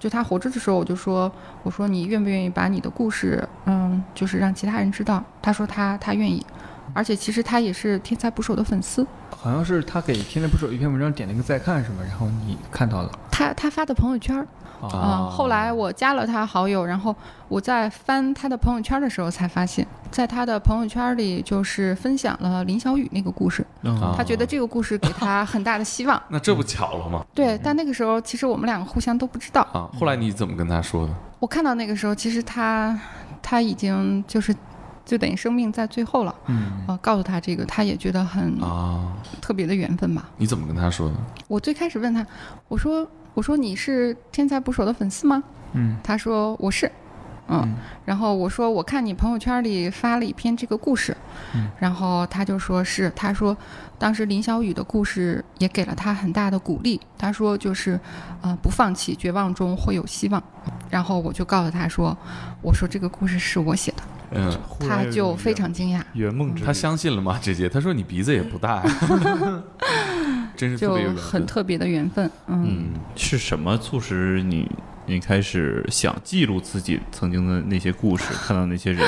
B: 就他活着的时候，我就说，我说你愿不愿意把你的故事，嗯，就是让其他人知道。他说他他愿意，而且其实他也是天才捕手的粉丝，
D: 好像是他给《天才捕手》一篇文章点了个再看是吗？然后你看到了
B: 他他发的朋友圈儿，
A: 啊
B: 嗯，后来我加了他好友，然后我在翻他的朋友圈的时候才发现，在他的朋友圈里就是分享了林小雨那个故事，
C: 嗯
A: 啊嗯
B: 他觉得这个故事给他很大的希望。
A: 那这不巧了吗？
B: 对，但那个时候其实我们两个互相都不知道。
A: 啊，后来你怎么跟他说的？
B: 我看到那个时候，其实他他已经就是就等于生命在最后了。
D: 嗯，
B: 呃，告诉他这个，他也觉得很
A: 啊，
B: 特别的缘分吧。
A: 你怎么跟他说的？
B: 我最开始问他，我说我说你是天才捕手的粉丝吗？
D: 嗯，
B: 他说我是，嗯，
D: 嗯
B: 然后我说我看你朋友圈里发了一篇这个故事，
D: 嗯
B: 然后他就说是，他说当时林小雨的故事也给了他很大的鼓励，他说就是，呃，不放弃，绝望中会有希望。然后我就告诉他说，我说这个故事是我写的，
A: 嗯，
C: 忽然
B: 他
C: 有一
B: 就
C: 种
B: 非常惊讶，
C: 圆梦之旅
A: 他相信了吗？直接他说你鼻子也不大
B: *laughs*
A: 呀，真是特
B: 就
A: 别有缘
B: 很
A: 分。
B: 特别的缘分，嗯
A: 嗯，
C: 是什么促使你你开始想记录自己曾经的那些故事，看到那些 *laughs* 人？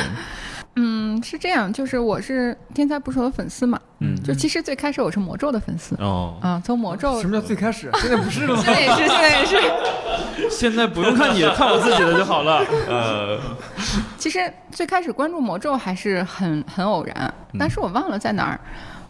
B: 嗯，是这样，就是我是天才捕手的粉丝嘛，
C: 嗯，
B: 就其实最开始我是魔咒的粉丝，
C: 哦，
B: 啊，从魔咒
D: 什么叫最开始？啊 *laughs* 现在不是了吗
B: 现？在也是，现在也是。
C: 现在不用看你的，看我自己的就 *laughs* 好了。呃
B: 其实最开始关注魔咒还是很很偶然，
A: 嗯
B: 但是我忘了在哪儿，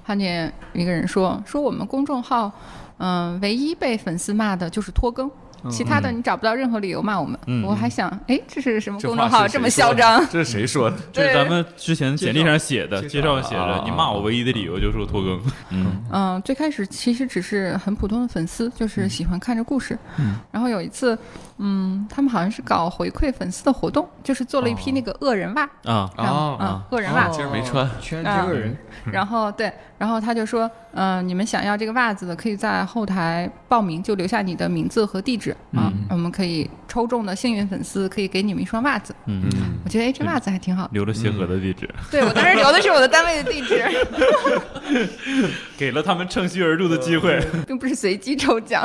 B: 看见一个人说说我们公众号，嗯、唯一被粉丝骂的就是拖更。
A: 嗯
B: 其他的你找不到任何理由骂我们，
C: 嗯
B: 我还想，哎，这是什么
A: 这
B: 公
A: 话
B: 众
A: 是谁
B: 号
A: 嗯
B: 这
A: 说
B: 么
A: 的
B: 嚣张？
A: 这是谁说的？
C: 这是咱们之前简历上写的，介
D: 介
C: 绍
D: 绍
C: 上写
A: 啊啊
C: 着，
A: 啊
C: 你骂我唯一的理由就是我拖更。嗯，
B: 嗯、
A: 嗯
B: 最开始其实只是很普通的粉丝，就是喜欢看着故事。
D: 嗯
B: 然后有一次，嗯，他们好像是搞回馈粉丝的活动，就是做了一批那个恶人袜，
C: 啊，
B: 然后
A: 哦
B: 嗯，恶人袜
A: 啊，今儿没穿，
D: 全是个人，
B: 然后对，然后他就说，嗯、你们想要这个袜子的，可以在后台报名，就留下你的名字和地址啊、
D: 嗯
B: 我们可以抽中的幸运粉丝可以给你们一双袜子。
C: 嗯，
A: 嗯，
B: 我觉得哎，这袜子还挺
C: *laughs*
B: 好的。
C: 留了协和的地址，
B: 对我当时留的是我的单位的地址， *laughs*
C: 给了他们趁虚而入的机会。
B: 并不是随机抽奖。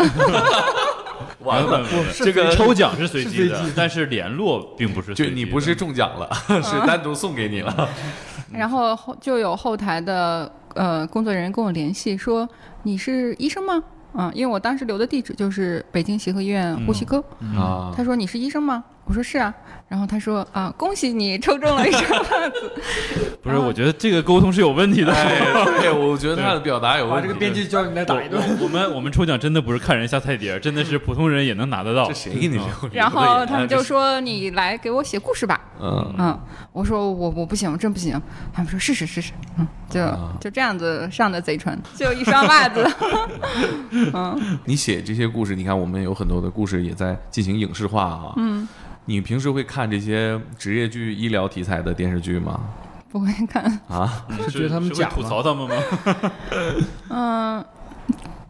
A: 完 *laughs* 了，
C: 没有，没有没有
D: 是
C: 嗯这个
D: 随机
C: 抽奖是随机
D: 是
C: 的
D: 随机，
C: 但是联络并不是随
A: 就
C: 机的。
A: 你不是中奖了，
B: 嗯
A: 是单独送给你了，
B: 然后后就有后台的呃工作人员跟我联系说，你是医生吗？嗯，因为我当时留的地址就是北京协和医院呼吸科。
C: 嗯
A: 啊
B: 他说你是医生吗？我说是啊。然后他说啊，恭喜你抽中了一双 *laughs* 袜子。
C: 不是？我觉得这个沟通是有问题的。
A: 哎， *laughs* 对，我觉得他的表达有
D: 把
A: 问
D: 这
A: 题。
D: 个编辑叫你来打一顿。
C: 我我们我们抽奖真的不是看人下菜碟儿，真的是普通人也能拿得到
A: 这。谁给你留？
B: 然后他们就，说：“你来给我写故事吧。
A: 啊嗯”
B: 嗯，我说我我不行，我真不行。他们说试试试试，嗯，就
A: 啊
B: 就这样子上的贼船，就一双
A: *laughs*
B: 袜子。嗯，
A: 你写这些故事，你看我们有很多的故事也在进行影视化啊。嗯，你平时会看这些职业剧、医疗题材的电视剧吗？
B: 不会看。
A: 啊，
C: 嗯
D: 是觉得他们
C: 是会
D: 假吗
C: 吐槽他们吗？
B: 嗯，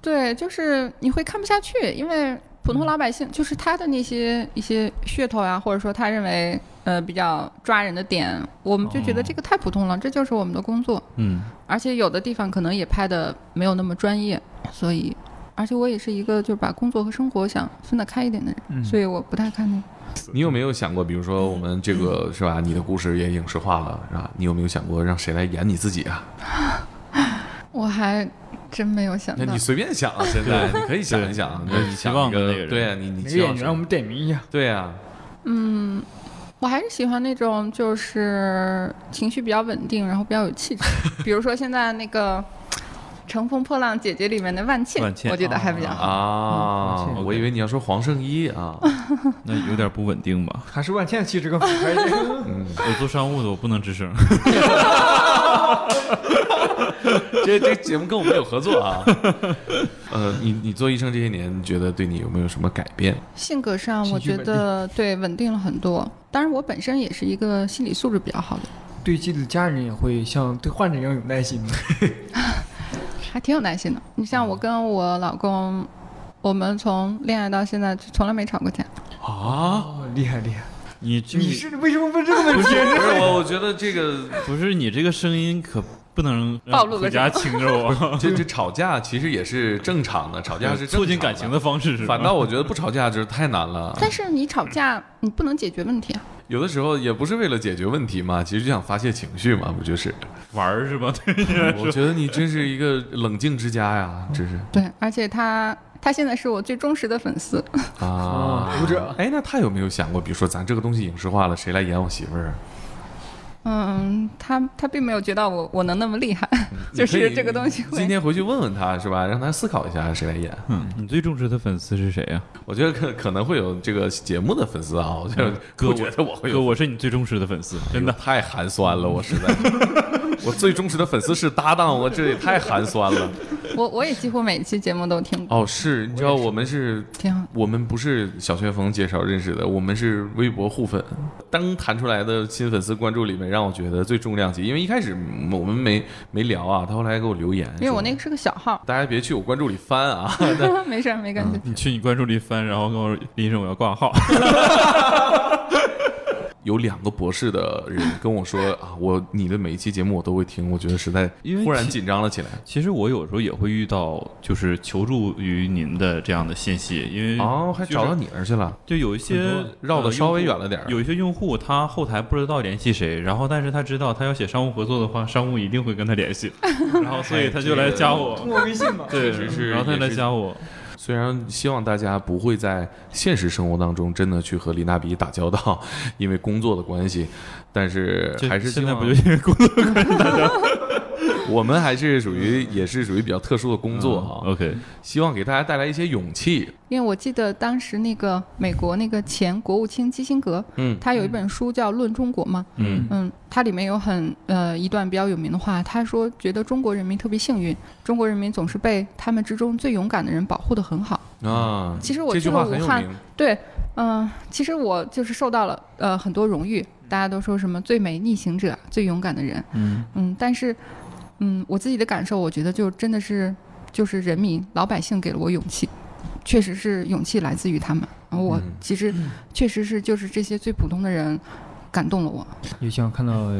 B: 对，就是你会看不下去，因为普
A: 嗯
B: 通老百姓就是他的那些一些噱头啊，或者说他认为呃比较抓人的点，我们就
A: 哦
B: 觉得这个太普通了，这就是我们的工作。
C: 嗯，
B: 而且有的地方可能也拍的没有那么专业，所以，而且我也是一个就是把工作和生活想分得开一点的人，
D: 嗯
B: 所以我不太看那个。
A: 你有没有想过，比如说我们这个是吧，你的故事也影视化了是吧？你有没有想过让谁来演你自己啊？
B: 我还真没有想
A: 那
B: 到
A: 你，随便想啊，现
B: *laughs*
A: 在你可以想一想，
C: 对
A: 那
C: 你
A: 你想
C: 期望
A: 一
C: 的
A: 个
C: 那个人
A: 对啊，你你
D: 每个
A: 期
D: 演
A: 望
D: 员我
A: 谁？
D: 们点名一下，
A: 对啊，
B: 嗯，我还是喜欢那种就是情绪比较稳定，然后比较有气质，比如说现在那个《乘风破浪姐姐》里面的万茜，
C: 万茜
B: 我觉得还比较好。
A: 啊
D: 嗯，
A: 我以为你要说黄圣依啊，
C: *laughs* 那有点不稳定吧？
D: 还是万茜气质更好一点。
C: 我做商务的，我不能吱声。
A: *laughs* 这这节目跟我们有合作
C: *laughs*
A: 啊。呃，你你做医生这些年，你觉得对你有没有什么改变？
B: 性格上，我
D: 情绪
B: 觉
D: 稳定
B: 得对稳定了很多。当然，我本身也是一个心理素质比较好的，
D: *laughs* 对自己的家人也会像对患者一样有耐心的。
B: 还挺有耐心的。你像我跟我老公，我们从恋爱到现在从来没吵过架。
A: 啊？
D: 哦，厉害厉害！
C: *laughs* 你这
D: 你是为什么问这个问题？
A: 不是啊我，我觉得这个！
C: 不是你这个声音可不能
B: 暴露了
C: 回家轻柔啊
A: 这这吵架其实也是正常的，吵架是
C: *laughs* 促进感情
A: 的。
C: 的方式是吗
A: 反倒我觉得不吵架就是太难了，
B: 但是你吵架，你不能解决问题啊。
A: 有的时候也不是为了解决问题嘛，其实就想发泄情绪嘛，不就是？
C: 玩儿 *laughs* 是吧？对
A: 我觉得你真是一个冷静之家呀，真是
B: 对，而且他他现在是我最忠实的粉丝。
A: 啊
C: 哦
D: 啊，读者
A: 哎，那他有没有想过，比如说咱这个东西影视化了，谁来演我媳妇儿？啊
B: 嗯，他他并没有觉得我我能那么厉害，就是这个东西
A: 你可以今
B: 会。
A: 天回去问问他是吧，让他思考一下谁来演。
C: 嗯，你最忠实的粉丝是谁啊呀？
A: 我觉得可可能会有这个节目的粉丝啊，我觉
B: 嗯
A: 得
C: 哥，
A: 不觉得我会
C: 哥，
A: 有，
C: 我哎是你最忠实的粉丝，真的。
A: 太寒酸了，我实在是。 *laughs* 我最忠实的粉丝是搭档，我这也太寒酸了。
B: 我我也几乎每一期节目都听过，
A: 哦，是，你知道我们是，
B: 挺好。
A: 我们不是小旋风介绍认识的，我们是微博互粉。当弹出来的新粉丝关注里面，让我觉得最重量级，因为一开始嗯我们没没聊啊，他后来给我留言，
B: 因为我
A: 说
B: 那个是个小号，
A: 大家别去我关注里翻
B: *laughs*
A: 啊，
B: 没事儿没关系。
C: 你去你关注里翻，然后跟我说林医生我要挂号。
A: 有两个博士的
C: *laughs*
A: 人跟我说啊，我你的每一期节目我都会听，我觉得实在
C: 因为
A: 忽然
C: 其
A: 紧张了起来。
C: 其实我有时候也会遇到，就是求助于您的这样的信息，因为
A: 哦，还找到你那儿去了，
C: 就有一些
A: 很多绕的
C: 呃
A: 稍微
C: 用户
A: 远了点儿。
C: 有一些用户他后台不知道联系谁，然后但是他知道他要写商务合作的话，商务一定会跟他联系，然后所以他就来加我。
D: 我微信嘛，
C: *laughs* 对
A: 确实，是
C: 然后他就
A: 也
C: 来
A: 是
C: 加我，
A: 虽然希望大家不会在现实生活当中真的去和李娜比打交道， *laughs* 因为工作的关系，但是
C: 这
A: 还是希
C: 现在
A: 望
C: 不就因为工
A: *laughs*
C: 作
A: 我们还是属于
C: 嗯
A: 也是属于比较特殊的工作啊，
C: ？OK，
A: 希望给大家带来一些勇气。
B: 因为我记得当时那个美国那个前国务卿基辛格，
A: 嗯
B: 他有一本书叫《论中国》嘛，
A: 嗯
B: 嗯，它里面有很呃一段比较有名的话，他说觉得中国人民特别幸运，中国人民总是被他们之中最勇敢的人保护得很好。
A: 啊，
B: 其实我
A: 这句
B: 去了
A: 话
B: 武
A: 很有
B: 汉，
A: 名，
B: 对，嗯、其实我就是受到了呃很多荣誉，大家都说什么最美逆行者、最勇敢的人，
D: 嗯
B: 嗯，但是，嗯，我自己的感受，我觉得就真的是就是人民老百姓给了我勇气，确实是勇气来自于他们。然后我
A: 嗯
B: 其实确实是就是这些最普通的人感动了我。
D: 也希望看到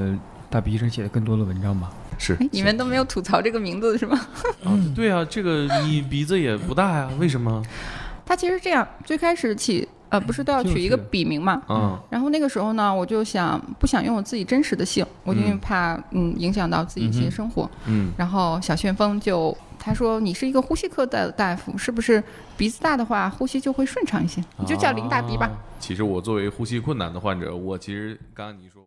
D: 大比医生写的更多的文章吧。
A: 是
B: 哎，你们都没有吐槽这个名字是吗？
C: 嗯
A: 啊，对啊，这个你鼻子也不大呀，为什么？
B: *laughs* 他其实这样，最开始起呃不是都要
D: 挺有
B: 取一
D: 趣
B: 个
D: 的
B: 笔名嘛，
C: 嗯
A: 啊，
B: 然后那个时候呢，我就想不想用我自己真实的姓，我因为
A: 嗯
B: 怕嗯影响到自己一
A: 嗯
B: 些
A: 哼
B: 生活，
A: 嗯
B: 然后小旋风就他说你是一个呼吸科的大夫，是不是鼻子大的话呼吸就会顺畅一些？你就叫林大鼻吧。
A: 啊其实我作为呼吸困难的患者，我其实刚刚你说。